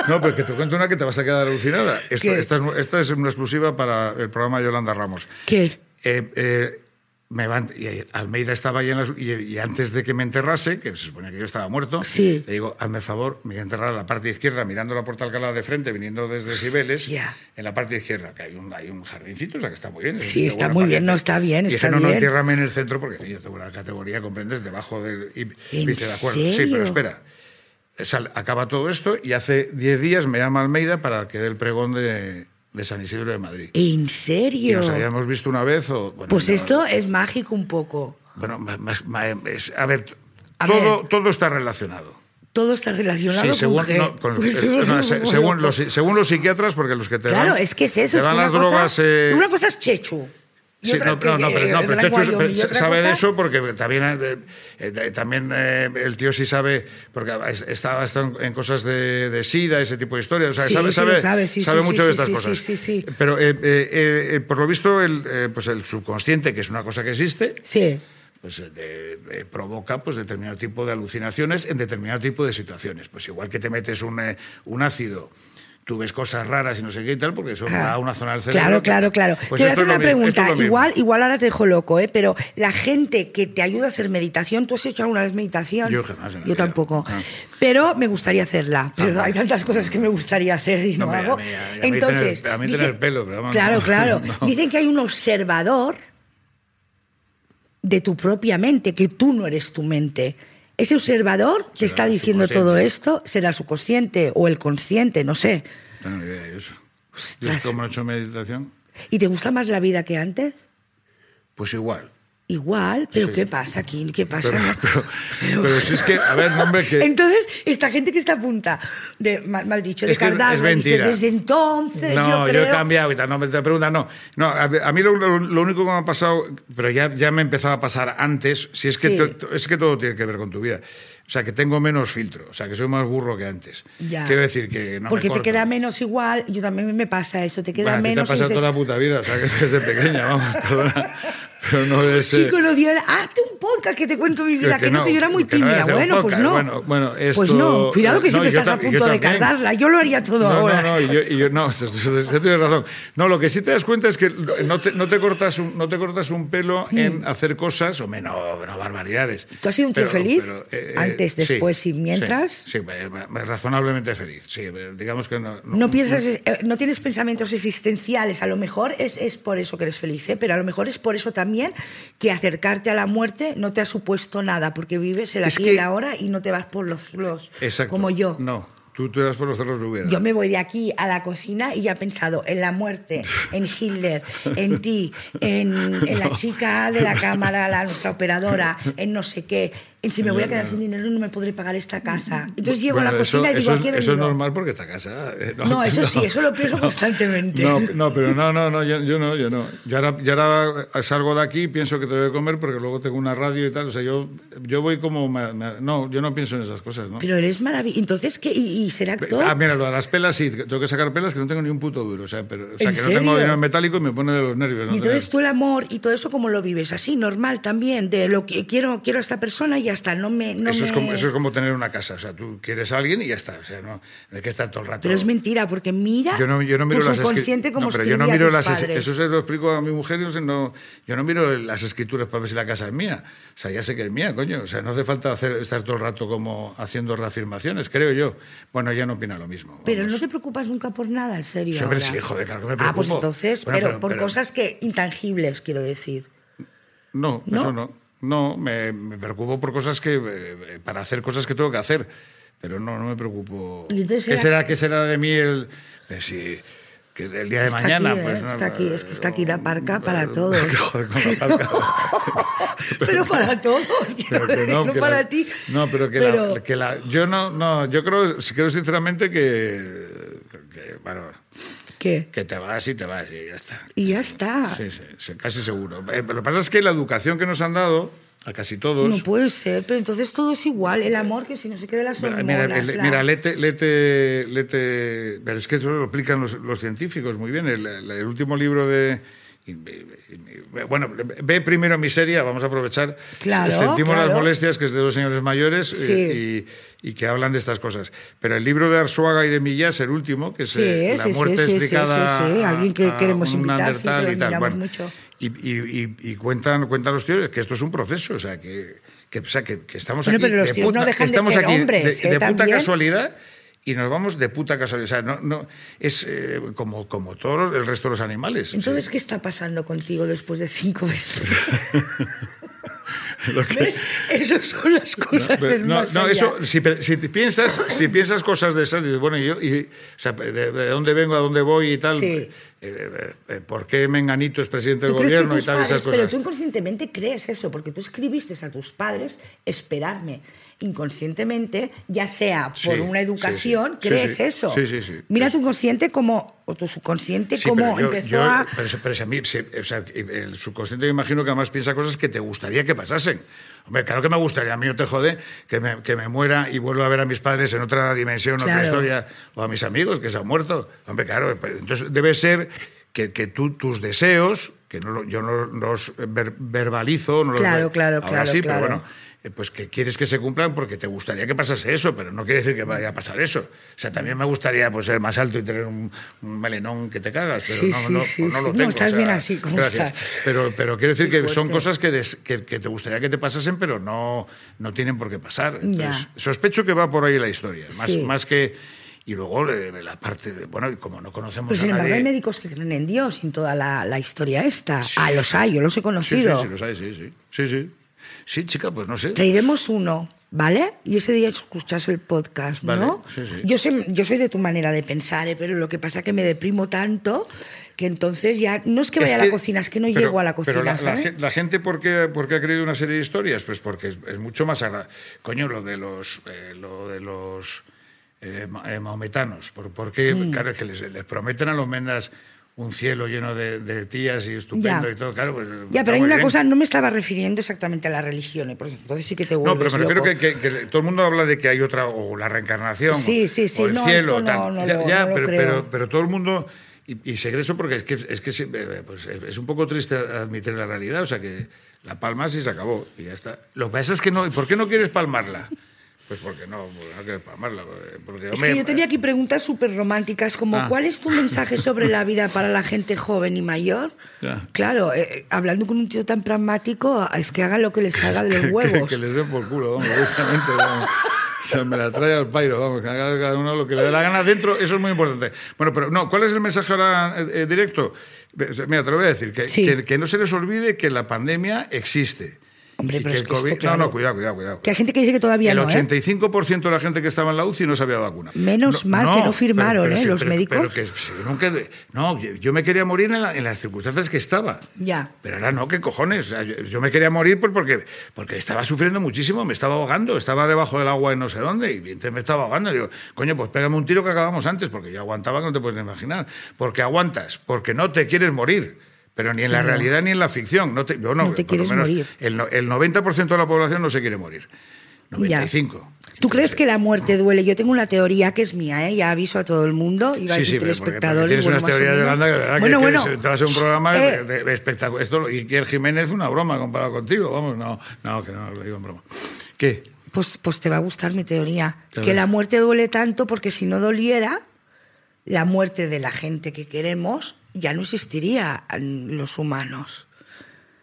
Speaker 2: no, pero que te cuento una que te vas a quedar alucinada. Esto-
Speaker 1: ¿Qué?
Speaker 2: esta, es, esta es una exclusiva para el programa de Yolanda Ramos.
Speaker 1: ¿Qué?
Speaker 2: Eh, eh, me van, y Almeida estaba ahí en la, y, y antes de que me enterrase, que se suponía que yo estaba muerto,
Speaker 1: Sí.
Speaker 2: le digo, hazme el favor, me voy a enterrar a la parte izquierda, mirando la puerta Alcalá de frente, viniendo desde Cibeles,
Speaker 1: Hostia.
Speaker 2: en la parte izquierda, que hay un, hay un jardincito, o sea que está muy bien. es un
Speaker 1: Sí,
Speaker 2: sitio
Speaker 1: está
Speaker 2: bueno
Speaker 1: muy
Speaker 2: para
Speaker 1: bien,
Speaker 2: gente.
Speaker 1: no, está bien,
Speaker 2: Y dije,
Speaker 1: está
Speaker 2: no, no,
Speaker 1: bien".
Speaker 2: entiérrame en el centro, porque sí, yo tengo la categoría, comprendes, debajo del... Y,
Speaker 1: ¿En
Speaker 2: dice, de acuerdo, sí,
Speaker 1: serio?
Speaker 2: pero espera. Sal- acaba todo esto y hace 10 días me llama Almeida para que dé el pregón de, de San Isidro de Madrid.
Speaker 1: ¿En
Speaker 2: Y
Speaker 1: serio?
Speaker 2: nos habíamos visto una vez o... bueno,
Speaker 1: Pues
Speaker 2: no, eh,
Speaker 1: esto es mágico un poco.
Speaker 2: bueno, ma- más- ma- es- a ver,
Speaker 1: A
Speaker 2: todo,
Speaker 1: ver.
Speaker 2: todo está relacionado.
Speaker 1: Todo está relacionado
Speaker 2: Sí,
Speaker 1: con
Speaker 2: según,
Speaker 1: que-
Speaker 2: no,
Speaker 1: <laughs>
Speaker 2: con-
Speaker 1: Pues
Speaker 2: es-
Speaker 1: tú-
Speaker 2: no, se- según los, según los psiquiatras, porque los que te
Speaker 1: Claro,
Speaker 2: dan,
Speaker 1: es que es eso.
Speaker 2: te
Speaker 1: es que
Speaker 2: dan
Speaker 1: una
Speaker 2: las
Speaker 1: cosa-
Speaker 2: drogas... eh,
Speaker 1: Una cosa es Chechu. y
Speaker 2: sí,
Speaker 1: otra
Speaker 2: no, no,
Speaker 1: que-
Speaker 2: no, pero, no,
Speaker 1: eh,
Speaker 2: pero
Speaker 1: Black
Speaker 2: Chechu
Speaker 1: Wyoming, y
Speaker 2: se-
Speaker 1: otra
Speaker 2: sabe de
Speaker 1: cosa-
Speaker 2: eso porque también, eh, eh, también eh, el tío sí sabe, porque es- estaba está en- en cosas de, de SIDA, ese tipo de historias. O sea,
Speaker 1: Sí,
Speaker 2: sabe,
Speaker 1: sí lo
Speaker 2: sabe,
Speaker 1: sabe, sí,
Speaker 2: sabe
Speaker 1: sí,
Speaker 2: mucho
Speaker 1: sí, sí,
Speaker 2: de estas
Speaker 1: sí,
Speaker 2: cosas.
Speaker 1: sí, sí, sí.
Speaker 2: Pero eh, eh, eh, por lo visto, el, eh, pues el subconsciente, que es una cosa que existe,
Speaker 1: Sí.
Speaker 2: pues, eh, de- de- provoca pues, determinado tipo de alucinaciones en determinado tipo de situaciones. Pues igual que te metes un, eh, un ácido, tú ves cosas raras y no sé qué y tal, porque eso va a una zona del cerebro.
Speaker 1: Claro, claro, claro.
Speaker 2: Pues
Speaker 1: te voy a hacer
Speaker 2: esto es lo
Speaker 1: una
Speaker 2: mismo, esto
Speaker 1: pregunta.
Speaker 2: es lo mismo.
Speaker 1: igual, igual ahora te dejo loco, ¿eh? pero la gente que te ayuda a hacer meditación, ¿tú has hecho alguna vez meditación?
Speaker 2: Yo jamás en la
Speaker 1: Yo
Speaker 2: vida.
Speaker 1: tampoco.
Speaker 2: Ah.
Speaker 1: Pero me gustaría hacerla. Pero
Speaker 2: Ah,
Speaker 1: hay
Speaker 2: vale.
Speaker 1: tantas cosas que me gustaría hacer y no,
Speaker 2: No, hombre,
Speaker 1: hago.
Speaker 2: a mí- a mí tener-
Speaker 1: Entonces.
Speaker 2: a mí
Speaker 1: dicen-
Speaker 2: tener pelo, pero vamos,
Speaker 1: Claro,
Speaker 2: no.
Speaker 1: claro.
Speaker 2: <laughs> No.
Speaker 1: Dicen que hay un observador de tu propia mente, que tú no eres tu mente. Ese observador te
Speaker 2: Será
Speaker 1: está
Speaker 2: el
Speaker 1: diciendo todo
Speaker 2: subconsciente.
Speaker 1: esto, será subconsciente o el consciente, no sé.
Speaker 2: No tengo ni idea de eso. Yo
Speaker 1: Ostras.
Speaker 2: como no he hecho meditación,
Speaker 1: ¿Y te gusta más la vida que antes?
Speaker 2: pues igual.
Speaker 1: Igual, pero
Speaker 2: Sí.
Speaker 1: ¿qué pasa aquí? ¿Qué pasa?
Speaker 2: Pero,
Speaker 1: No.
Speaker 2: pero- pero si es que, a ver, no, hombre, que...
Speaker 1: Entonces, esta gente que está a punta, de, mal, mal dicho, de
Speaker 2: Es que es
Speaker 1: Cardano, dice,
Speaker 2: mentira.
Speaker 1: desde entonces
Speaker 2: No,
Speaker 1: yo
Speaker 2: yo,
Speaker 1: creo...
Speaker 2: he cambiado y tal, no me te preguntan, no. No, a ver, a mí lo, lo- lo único que me ha pasado, pero ya, ya me empezaba a pasar antes, si es que,
Speaker 1: Sí.
Speaker 2: to- to- es que todo tiene que ver con tu vida. O sea, que tengo menos filtro, o sea, que soy más burro que antes.
Speaker 1: Ya.
Speaker 2: Quiero decir que no me
Speaker 1: Porque te
Speaker 2: corto.
Speaker 1: queda menos igual, yo también me pasa eso, te queda
Speaker 2: Bueno, a ti
Speaker 1: menos...
Speaker 2: Te ha
Speaker 1: y
Speaker 2: pasado
Speaker 1: dices,
Speaker 2: toda la puta vida, o sea, que desde pequeña, vamos, <laughs> perdona. Pero no es. eh,
Speaker 1: Chico, no dio. Hazte un podcast que te cuento mi vida.
Speaker 2: que
Speaker 1: Que, no,
Speaker 2: no,
Speaker 1: que yo era muy
Speaker 2: que no
Speaker 1: tímida.
Speaker 2: voy a hacer un
Speaker 1: bueno, pues
Speaker 2: podcast.
Speaker 1: no.
Speaker 2: Bueno, bueno,
Speaker 1: Pues
Speaker 2: esto-
Speaker 1: no. Cuidado que
Speaker 2: No,
Speaker 1: siempre
Speaker 2: yo
Speaker 1: estás a
Speaker 2: tam- yo
Speaker 1: punto de
Speaker 2: también.
Speaker 1: cargarla. Yo lo haría todo
Speaker 2: No,
Speaker 1: ahora.
Speaker 2: No, no, y yo, y yo- no, <laughs> eso- eso- eso tienes razón. No, lo que sí te das cuenta es que no te, no te, cortas, un, no te cortas un pelo en hacer cosas, o menos no barbaridades.
Speaker 1: Mm.
Speaker 2: eh,
Speaker 1: ¿Tú has sido un tío feliz? Antes,
Speaker 2: sí,
Speaker 1: después y mientras.
Speaker 2: Sí, sí, eh, eh, razonablemente feliz, sí, eh, digamos que no...
Speaker 1: No piensas, eh, no tienes pensamientos existenciales. A lo mejor es, es por eso que eres feliz, ¿eh? pero a lo mejor es por eso también que acercarte a la muerte no te ha supuesto nada, porque vives el
Speaker 2: Es
Speaker 1: aquí
Speaker 2: que-
Speaker 1: y el ahora y no te vas por los, los
Speaker 2: Exacto.
Speaker 1: como yo.
Speaker 2: No, tú te das por los cerros de Úbeda.
Speaker 1: Yo me voy de aquí a la cocina y ya he pensado en la muerte, en Hitler, en ti, en, en
Speaker 2: <laughs>
Speaker 1: la chica de la cámara, la nuestra operadora, en no sé qué, en si me voy a quedar sin dinero no me podré pagar esta casa. Entonces llego a la
Speaker 2: Bueno, eso-
Speaker 1: cocina y digo,
Speaker 2: eso,
Speaker 1: aquí he
Speaker 2: es- eso es
Speaker 1: venido".
Speaker 2: normal porque está casada. eh,
Speaker 1: No,
Speaker 2: <laughs>
Speaker 1: eso sí, eso lo pienso constantemente.
Speaker 2: No, no, pero no, no, no, yo, yo no, yo no. Yo ahora, yo ahora salgo de aquí y pienso que te voy a comer porque luego tengo una radio y tal. O sea, yo, yo voy como... ma- ma- no, yo no pienso en esas cosas, ¿no?
Speaker 1: Pero eres maravilloso. Entonces, ¿qué? ¿Y, y ser actor?
Speaker 2: Ah, mira, lo de las pelas sí, tengo que sacar pelas que no tengo ni un puto duro. O sea, pero, o sea
Speaker 1: ¿En
Speaker 2: que no tengo
Speaker 1: serio?
Speaker 2: dinero en metálico y me pone de los
Speaker 1: y
Speaker 2: nervios. no
Speaker 1: entonces
Speaker 2: tener-
Speaker 1: tú el amor y todo eso, ¿cómo lo vives? Así, normal también, de lo que quiero, quiero a esta persona y ya está, no me... No
Speaker 2: eso, es
Speaker 1: me-
Speaker 2: como, eso es como tener una casa. O sea, tú quieres a alguien y ya está. O sea, no, no hay que estar todo el rato...
Speaker 1: Pero es mentira, porque mira
Speaker 2: Yo no, yo no miro
Speaker 1: tu
Speaker 2: las escri-
Speaker 1: subconsciente como
Speaker 2: no, pero yo no
Speaker 1: escribía
Speaker 2: miro
Speaker 1: tus
Speaker 2: las es-
Speaker 1: padres.
Speaker 2: Eso se lo explico a mi mujer. y No sé, no, yo no miro las escrituras para ver si la casa es mía. O sea, ya sé que es mía, coño. O sea, no hace falta hacer, estar todo el rato como haciendo reafirmaciones, creo yo. Bueno, ella no opina lo mismo.
Speaker 1: Pero
Speaker 2: vamos.
Speaker 1: no te preocupas nunca por nada, en serio.
Speaker 2: Sí, hombre,
Speaker 1: ahora.
Speaker 2: sí, joder, claro que me
Speaker 1: Ah, pues
Speaker 2: preocupo.
Speaker 1: entonces,
Speaker 2: Bueno,
Speaker 1: pero,
Speaker 2: pero-
Speaker 1: por
Speaker 2: pero-
Speaker 1: cosas que intangibles, quiero
Speaker 2: <laughs>
Speaker 1: decir.
Speaker 2: No,
Speaker 1: ¿No?
Speaker 2: eso no. No, me, me preocupo por cosas que. eh, para hacer cosas que tengo que hacer. Pero no, no me preocupo.
Speaker 1: Y entonces
Speaker 2: ¿Qué
Speaker 1: era-
Speaker 2: será, qué será de mí el. eh, si- que el día de
Speaker 1: Está
Speaker 2: mañana,
Speaker 1: aquí, ¿eh?
Speaker 2: pues. no,
Speaker 1: Está aquí, es que está aquí la parca para
Speaker 2: <laughs> eh,
Speaker 1: todos.
Speaker 2: Joder, con la
Speaker 1: <laughs>
Speaker 2: parca.
Speaker 1: pero para
Speaker 2: <laughs>
Speaker 1: todos, quiero
Speaker 2: Pero que
Speaker 1: decir, <laughs>
Speaker 2: no,
Speaker 1: no,
Speaker 2: que
Speaker 1: para
Speaker 2: la-
Speaker 1: ti.
Speaker 2: No, pero que, La, que la- Yo no, no, yo creo, si creo sinceramente que. que, bueno,
Speaker 1: ¿Qué?
Speaker 2: que te vas y te vas y ya está.
Speaker 1: Y ya está.
Speaker 2: Sí, sí, sí, casi seguro. Eh, pero Lo que pasa es que la educación que nos han dado, a casi todos.
Speaker 1: No puede ser, pero entonces todo es igual. El amor, que si no se quede las
Speaker 2: Mira,
Speaker 1: hormonas.
Speaker 2: mira,
Speaker 1: la-
Speaker 2: el- mira, lete, lete, lete- Pero es que eso lo explican los, los científicos muy bien. El, el- el último libro de. y- y- y- Bueno, ve primero miseria, vamos a aprovechar.
Speaker 1: Claro,
Speaker 2: Sentimos las
Speaker 1: claro.
Speaker 2: molestias, que es de dos señores mayores
Speaker 1: Sí.
Speaker 2: eh, y, y que hablan de estas cosas. Pero el libro de Arzuaga y de Millás, el último, que es
Speaker 1: Sí,
Speaker 2: eh, La
Speaker 1: sí, sí,
Speaker 2: muerte
Speaker 1: sí, sí,
Speaker 2: explicada.
Speaker 1: sí, sí.
Speaker 2: a-
Speaker 1: Alguien que
Speaker 2: a
Speaker 1: queremos
Speaker 2: un
Speaker 1: invitar, siempre
Speaker 2: neandertal
Speaker 1: lo
Speaker 2: y tal.
Speaker 1: admiramos
Speaker 2: Bueno,
Speaker 1: mucho.
Speaker 2: Y, y- y- y cuentan, cuentan los tíos que esto es un proceso, o sea, que, que, o sea, que, que estamos
Speaker 1: Bueno,
Speaker 2: aquí.
Speaker 1: pero los
Speaker 2: de
Speaker 1: tíos no
Speaker 2: puta-
Speaker 1: dejan de
Speaker 2: estamos
Speaker 1: ser
Speaker 2: aquí
Speaker 1: hombres,
Speaker 2: de,
Speaker 1: ¿eh?
Speaker 2: de puta
Speaker 1: También.
Speaker 2: casualidad y nos vamos de puta casualidad. O sea, no, no, es eh, como, como todos el resto de los animales.
Speaker 1: Entonces,
Speaker 2: Sí.
Speaker 1: ¿qué está pasando contigo después de cinco veces?
Speaker 2: <laughs> Lo que-
Speaker 1: ¿Ves? <laughs> Esas son las
Speaker 2: No,
Speaker 1: cosas
Speaker 2: pero-
Speaker 1: del
Speaker 2: no,
Speaker 1: más
Speaker 2: no,
Speaker 1: allá.
Speaker 2: eso, si, pe- si te piensas, si piensas cosas de esas, dices, bueno, y yo, y, o sea, de, de dónde vengo, a dónde voy y tal,
Speaker 1: Sí.
Speaker 2: eh, eh, eh, ¿por qué Menganito es presidente del
Speaker 1: ¿Tú crees que
Speaker 2: gobierno y
Speaker 1: tus
Speaker 2: tal, esas
Speaker 1: padres,
Speaker 2: cosas?
Speaker 1: pero tú inconscientemente crees eso, porque tú escribiste a tus padres esperarme. Inconscientemente, ya sea por
Speaker 2: Sí,
Speaker 1: una
Speaker 2: sí, sí.
Speaker 1: educación,
Speaker 2: Sí,
Speaker 1: crees
Speaker 2: sí.
Speaker 1: eso.
Speaker 2: Sí, sí, sí.
Speaker 1: Mira
Speaker 2: Sí.
Speaker 1: tu consciente como, o tu subconsciente
Speaker 2: Sí,
Speaker 1: como
Speaker 2: pero yo-
Speaker 1: empezó
Speaker 2: yo- eh,
Speaker 1: a...
Speaker 2: Pero, pero si a mí, si- o sea, eh, el subconsciente me imagino que además piensa cosas que te gustaría que pasasen. Hombre, claro que me gustaría, a mí no te jode que me, que me muera y vuelva a ver a mis padres en otra dimensión, otra
Speaker 1: Claro.
Speaker 2: historia, o a mis amigos que se han muerto. Hombre, claro, pues, entonces debe ser que, que tú, tus deseos, que no, lo- yo no los ver- verbalizo, no los
Speaker 1: Claro,
Speaker 2: ver-
Speaker 1: claro,
Speaker 2: ahora
Speaker 1: claro,
Speaker 2: sí,
Speaker 1: claro.
Speaker 2: pero bueno, eh, pues que quieres que se cumplan porque te gustaría que pasase eso, pero no quiere decir que vaya a pasar eso. O sea, también me gustaría pues, ser más alto y tener un, un melenón que te cagas, pero
Speaker 1: Sí,
Speaker 2: no,
Speaker 1: sí,
Speaker 2: no,
Speaker 1: sí,
Speaker 2: pues no
Speaker 1: sí.
Speaker 2: lo
Speaker 1: No,
Speaker 2: tengo.
Speaker 1: estás
Speaker 2: o sea,
Speaker 1: bien así, como
Speaker 2: gracias.
Speaker 1: estás.
Speaker 2: Pero, pero quiero decir
Speaker 1: Qué
Speaker 2: que son
Speaker 1: fuerte.
Speaker 2: cosas que, des- que, que te gustaría que te pasasen, pero no, no tienen por qué pasar. Entonces,
Speaker 1: Ya.
Speaker 2: sospecho que va por ahí la historia, más,
Speaker 1: Sí.
Speaker 2: más que... Y luego eh, la parte, de- bueno, y como no conocemos
Speaker 1: Pero Pues
Speaker 2: a
Speaker 1: sin embargo
Speaker 2: nadie-
Speaker 1: hay médicos que creen en Dios, en toda la, la historia esta.
Speaker 2: Sí.
Speaker 1: Ah, los hay, yo los he
Speaker 2: Sí, sí,
Speaker 1: conocido.
Speaker 2: sí, los hay, sí, sí. Sí, sí. Sí, chica, pues no sé.
Speaker 1: Traeremos uno, ¿vale? Y ese día escuchas el podcast,
Speaker 2: Vale,
Speaker 1: ¿no?
Speaker 2: sí, sí.
Speaker 1: Yo, sé- yo soy de tu manera de pensar, ¿eh? pero lo que pasa es que me deprimo tanto que entonces ya... No es que vaya
Speaker 2: Es
Speaker 1: a
Speaker 2: que-
Speaker 1: la cocina, es que no
Speaker 2: pero-
Speaker 1: llego a la
Speaker 2: pero
Speaker 1: cocina,
Speaker 2: la,
Speaker 1: ¿sabes?
Speaker 2: gen- la gente, ¿por qué, por qué ha creído una serie de historias? Pues porque es, es mucho más... agra- Coño, lo de los... eh, lo de los eh, ma- eh, mahometanos. Por, porque,
Speaker 1: Hmm.
Speaker 2: claro, es que les, les prometen a los mendas un cielo lleno de, de tías y estupendo
Speaker 1: Ya.
Speaker 2: y todo. Claro, pues,
Speaker 1: Ya,
Speaker 2: está
Speaker 1: pero hay
Speaker 2: muy
Speaker 1: una
Speaker 2: bien.
Speaker 1: cosa, no me estaba refiriendo exactamente a la religión, ¿eh? Porque entonces sí que te vuelves
Speaker 2: No, pero me refiero
Speaker 1: loco.
Speaker 2: que, que- que todo el mundo habla de que hay otra, o la reencarnación,
Speaker 1: Sí,
Speaker 2: o-
Speaker 1: sí, sí,
Speaker 2: o el
Speaker 1: no, esto
Speaker 2: cielo,
Speaker 1: no,
Speaker 2: tal.
Speaker 1: no
Speaker 2: ya,
Speaker 1: lo-
Speaker 2: ya,
Speaker 1: no lo
Speaker 2: pero,
Speaker 1: creo.
Speaker 2: pero- pero todo el mundo Y, y segreso porque es que, es, que se- pues es un poco triste admitir la realidad, o sea que la palmas y se acabó, y ya está. Lo que pasa es que no, ¿y por qué no quieres palmarla? Pues porque no, porque no quieres palmarla. Porque,
Speaker 1: Es
Speaker 2: hombre,
Speaker 1: que yo tenía aquí preguntas súper románticas, como
Speaker 2: Ah.
Speaker 1: ¿cuál es tu mensaje sobre la vida para la gente joven y mayor?
Speaker 2: Ya.
Speaker 1: Claro, eh, eh, hablando con un tío tan pragmático, es que haga lo que les salga de
Speaker 2: <laughs> que-
Speaker 1: los
Speaker 2: que-
Speaker 1: huevos.
Speaker 2: Que, les dé por culo, vamos, directamente, <laughs> vamos. O sea, me la trae al pairo, vamos, que haga cada uno lo que le dé la gana dentro, eso es muy importante. Bueno, pero no, ¿cuál es el mensaje ahora eh, eh, directo? O sea, Mira, te lo voy a decir, que,
Speaker 1: Sí.
Speaker 2: que, que no se les olvide que la pandemia existe.
Speaker 1: Hombre,
Speaker 2: Y
Speaker 1: pero
Speaker 2: que
Speaker 1: es
Speaker 2: el
Speaker 1: que esto,
Speaker 2: COVID-
Speaker 1: claro.
Speaker 2: No, no, cuidado, cuidado, cuidado.
Speaker 1: Que hay gente que dice que todavía
Speaker 2: el
Speaker 1: no, ¿eh?
Speaker 2: 85% de la gente que estaba en la UCI no se había vacunado.
Speaker 1: Menos mal que no firmaron, ¿eh?
Speaker 2: sí,
Speaker 1: los médicos.
Speaker 2: Pero que, sí, nunca- no, yo, yo me quería morir en, la- en las circunstancias que estaba.
Speaker 1: Ya.
Speaker 2: Pero ahora no, ¿qué cojones? O sea, yo, yo me quería morir pues porque, porque estaba sufriendo muchísimo, me estaba ahogando, estaba debajo del agua en no sé dónde y entonces me estaba ahogando. Digo, coño, pues pégame un tiro que acabamos antes, porque yo aguantaba que no te puedes ni imaginar. Porque aguantas, porque no te quieres morir. Pero ni en la realidad ni en la ficción. No te, yo no,
Speaker 1: No te
Speaker 2: por lo
Speaker 1: quieres
Speaker 2: menos
Speaker 1: morir.
Speaker 2: El, no- el 90% de la población no se quiere morir. 95.
Speaker 1: ¿Tú crees
Speaker 2: Entonces,
Speaker 1: que la muerte duele? Yo tengo una teoría que es mía, ¿eh? ya aviso a todo el mundo. Iba a
Speaker 2: Sí,
Speaker 1: decir
Speaker 2: sí, pero porque- porque
Speaker 1: telespectadores.
Speaker 2: tienes
Speaker 1: bueno,
Speaker 2: unas
Speaker 1: más o
Speaker 2: teorías de
Speaker 1: menos.
Speaker 2: Holanda que, de verdad, que-
Speaker 1: bueno,
Speaker 2: que
Speaker 1: bueno.
Speaker 2: se- te va a ser un programa de-
Speaker 1: eh,
Speaker 2: de, espectacular. Esto, lo- y que el Jiménez una broma comparado contigo. Vamos, no, no, que no, lo digo en broma. ¿Qué?
Speaker 1: pues, pues te va a gustar mi teoría.
Speaker 2: A
Speaker 1: Que
Speaker 2: ver.
Speaker 1: la muerte duele tanto porque si no doliera, la muerte de la gente que queremos ya no existiría en los humanos.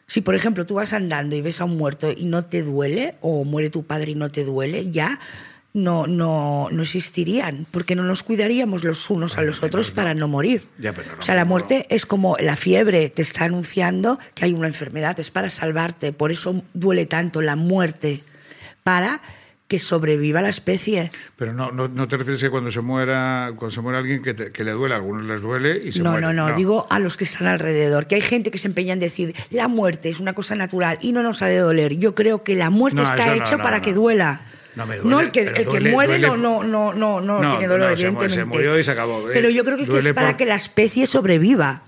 Speaker 1: Si, por ejemplo, tú vas andando y ves a un muerto y no te duele, o muere tu padre y no te duele, ya no, no, no existirían, porque no nos cuidaríamos los unos a los otros para no morir.
Speaker 2: Ya, pero no,
Speaker 1: o sea, la
Speaker 2: no.
Speaker 1: muerte es como la fiebre, te está anunciando que hay una enfermedad, es para salvarte, por eso duele tanto la muerte, para que sobreviva la especie.
Speaker 2: Pero no, no, no te refieres que cuando se muera, cuando se muera alguien que, te- que le duele, a algunos les duele y se
Speaker 1: No,
Speaker 2: mueren.
Speaker 1: no, no, digo a los que están alrededor, que hay gente que se empeña en decir, la muerte es una cosa natural y no nos ha de doler. Yo creo que la muerte
Speaker 2: No,
Speaker 1: está
Speaker 2: eso no,
Speaker 1: hecha
Speaker 2: no,
Speaker 1: para
Speaker 2: no.
Speaker 1: que duela.
Speaker 2: No me duele,
Speaker 1: no, el que,
Speaker 2: pero
Speaker 1: el que
Speaker 2: duele-
Speaker 1: muere no,
Speaker 2: duele-
Speaker 1: no, no, no, no
Speaker 2: No,
Speaker 1: tiene dolor,
Speaker 2: no, se mu-
Speaker 1: evidentemente.
Speaker 2: se murió y se acabó. eh,
Speaker 1: Pero yo creo que, que
Speaker 2: Duele
Speaker 1: es para
Speaker 2: por-
Speaker 1: que la especie sobreviva.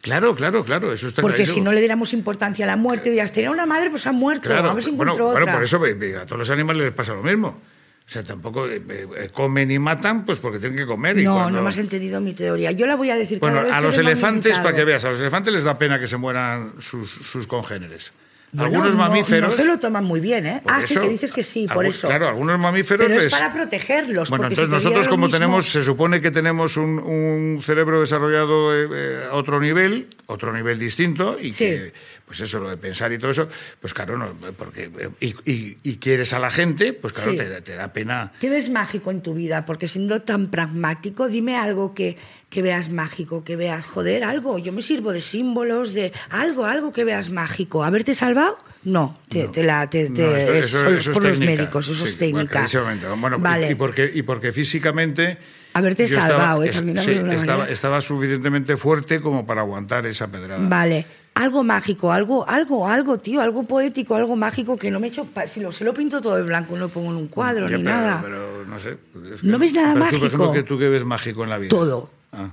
Speaker 2: Claro, claro, claro, eso está
Speaker 1: Porque si
Speaker 2: clarísimo.
Speaker 1: no le diéramos importancia a la muerte, dirías, tenía una madre, pues ha muerto,
Speaker 2: Claro,
Speaker 1: vamos a
Speaker 2: bueno,
Speaker 1: encontrar otra.
Speaker 2: bueno, por eso ve- ve, a todos los animales les pasa lo mismo. O sea, tampoco eh, eh, comen y matan, pues porque tienen que comer. y
Speaker 1: no,
Speaker 2: cuando-
Speaker 1: no me has entendido mi teoría. Yo la voy a decir
Speaker 2: Bueno,
Speaker 1: cada vez
Speaker 2: a
Speaker 1: que
Speaker 2: los
Speaker 1: venga un
Speaker 2: elefantes,
Speaker 1: invitado.
Speaker 2: para que veas, a los elefantes les da pena que se mueran sus, sus congéneres.
Speaker 1: Bueno,
Speaker 2: algunos
Speaker 1: no-
Speaker 2: mamíferos.
Speaker 1: No, se lo toman muy bien, ¿eh?
Speaker 2: por
Speaker 1: Ah, sí,
Speaker 2: eso,
Speaker 1: que dices que sí, por
Speaker 2: algún-
Speaker 1: eso.
Speaker 2: Claro, algunos mamíferos.
Speaker 1: Pero es
Speaker 2: les-
Speaker 1: para protegerlos.
Speaker 2: Bueno,
Speaker 1: porque
Speaker 2: entonces
Speaker 1: si te diera
Speaker 2: nosotros
Speaker 1: lo
Speaker 2: como
Speaker 1: mismo-
Speaker 2: tenemos, se supone que tenemos un, un cerebro desarrollado eh, eh, a otro nivel, otro nivel distinto, y
Speaker 1: Sí.
Speaker 2: que, pues eso, lo de pensar y todo eso, pues claro, no, porque, eh, y, y- y quieres a la gente, pues claro,
Speaker 1: Sí.
Speaker 2: te, da- te da pena.
Speaker 1: ¿Qué ves mágico en tu vida? Porque siendo tan pragmático, dime algo que, que veas mágico, que veas, joder, algo. Yo me sirvo de símbolos, de algo, algo que veas mágico. ¿Haberte salvado? No, te, te la, te, te-
Speaker 2: No, esto-
Speaker 1: es-
Speaker 2: eso-
Speaker 1: son
Speaker 2: eso es
Speaker 1: por los
Speaker 2: técnica.
Speaker 1: médicos, eso
Speaker 2: Sí,
Speaker 1: es técnica.
Speaker 2: clarísimamente. Bueno, y-
Speaker 1: vale.
Speaker 2: y, porque, y porque físicamente...
Speaker 1: Haberte
Speaker 2: yo estaba-
Speaker 1: salvado, ¿eh?
Speaker 2: es-
Speaker 1: También hablo
Speaker 2: sí,
Speaker 1: de una
Speaker 2: estaba,
Speaker 1: manera.
Speaker 2: estaba suficientemente fuerte como para aguantar esa pedrada.
Speaker 1: Vale. Algo mágico, algo, algo, algo, tío, algo poético, algo mágico que no me he hecho. pa- Si lo, se lo pinto todo de blanco, no lo pongo en un cuadro
Speaker 2: Ya,
Speaker 1: ni
Speaker 2: pero,
Speaker 1: nada.
Speaker 2: pero no sé. pues es
Speaker 1: ¿No ves nada
Speaker 2: pero Tú, por
Speaker 1: mágico?
Speaker 2: ejemplo, ¿qué- ¿tú qué ves mágico en la vida?
Speaker 1: Todo.
Speaker 2: Ah.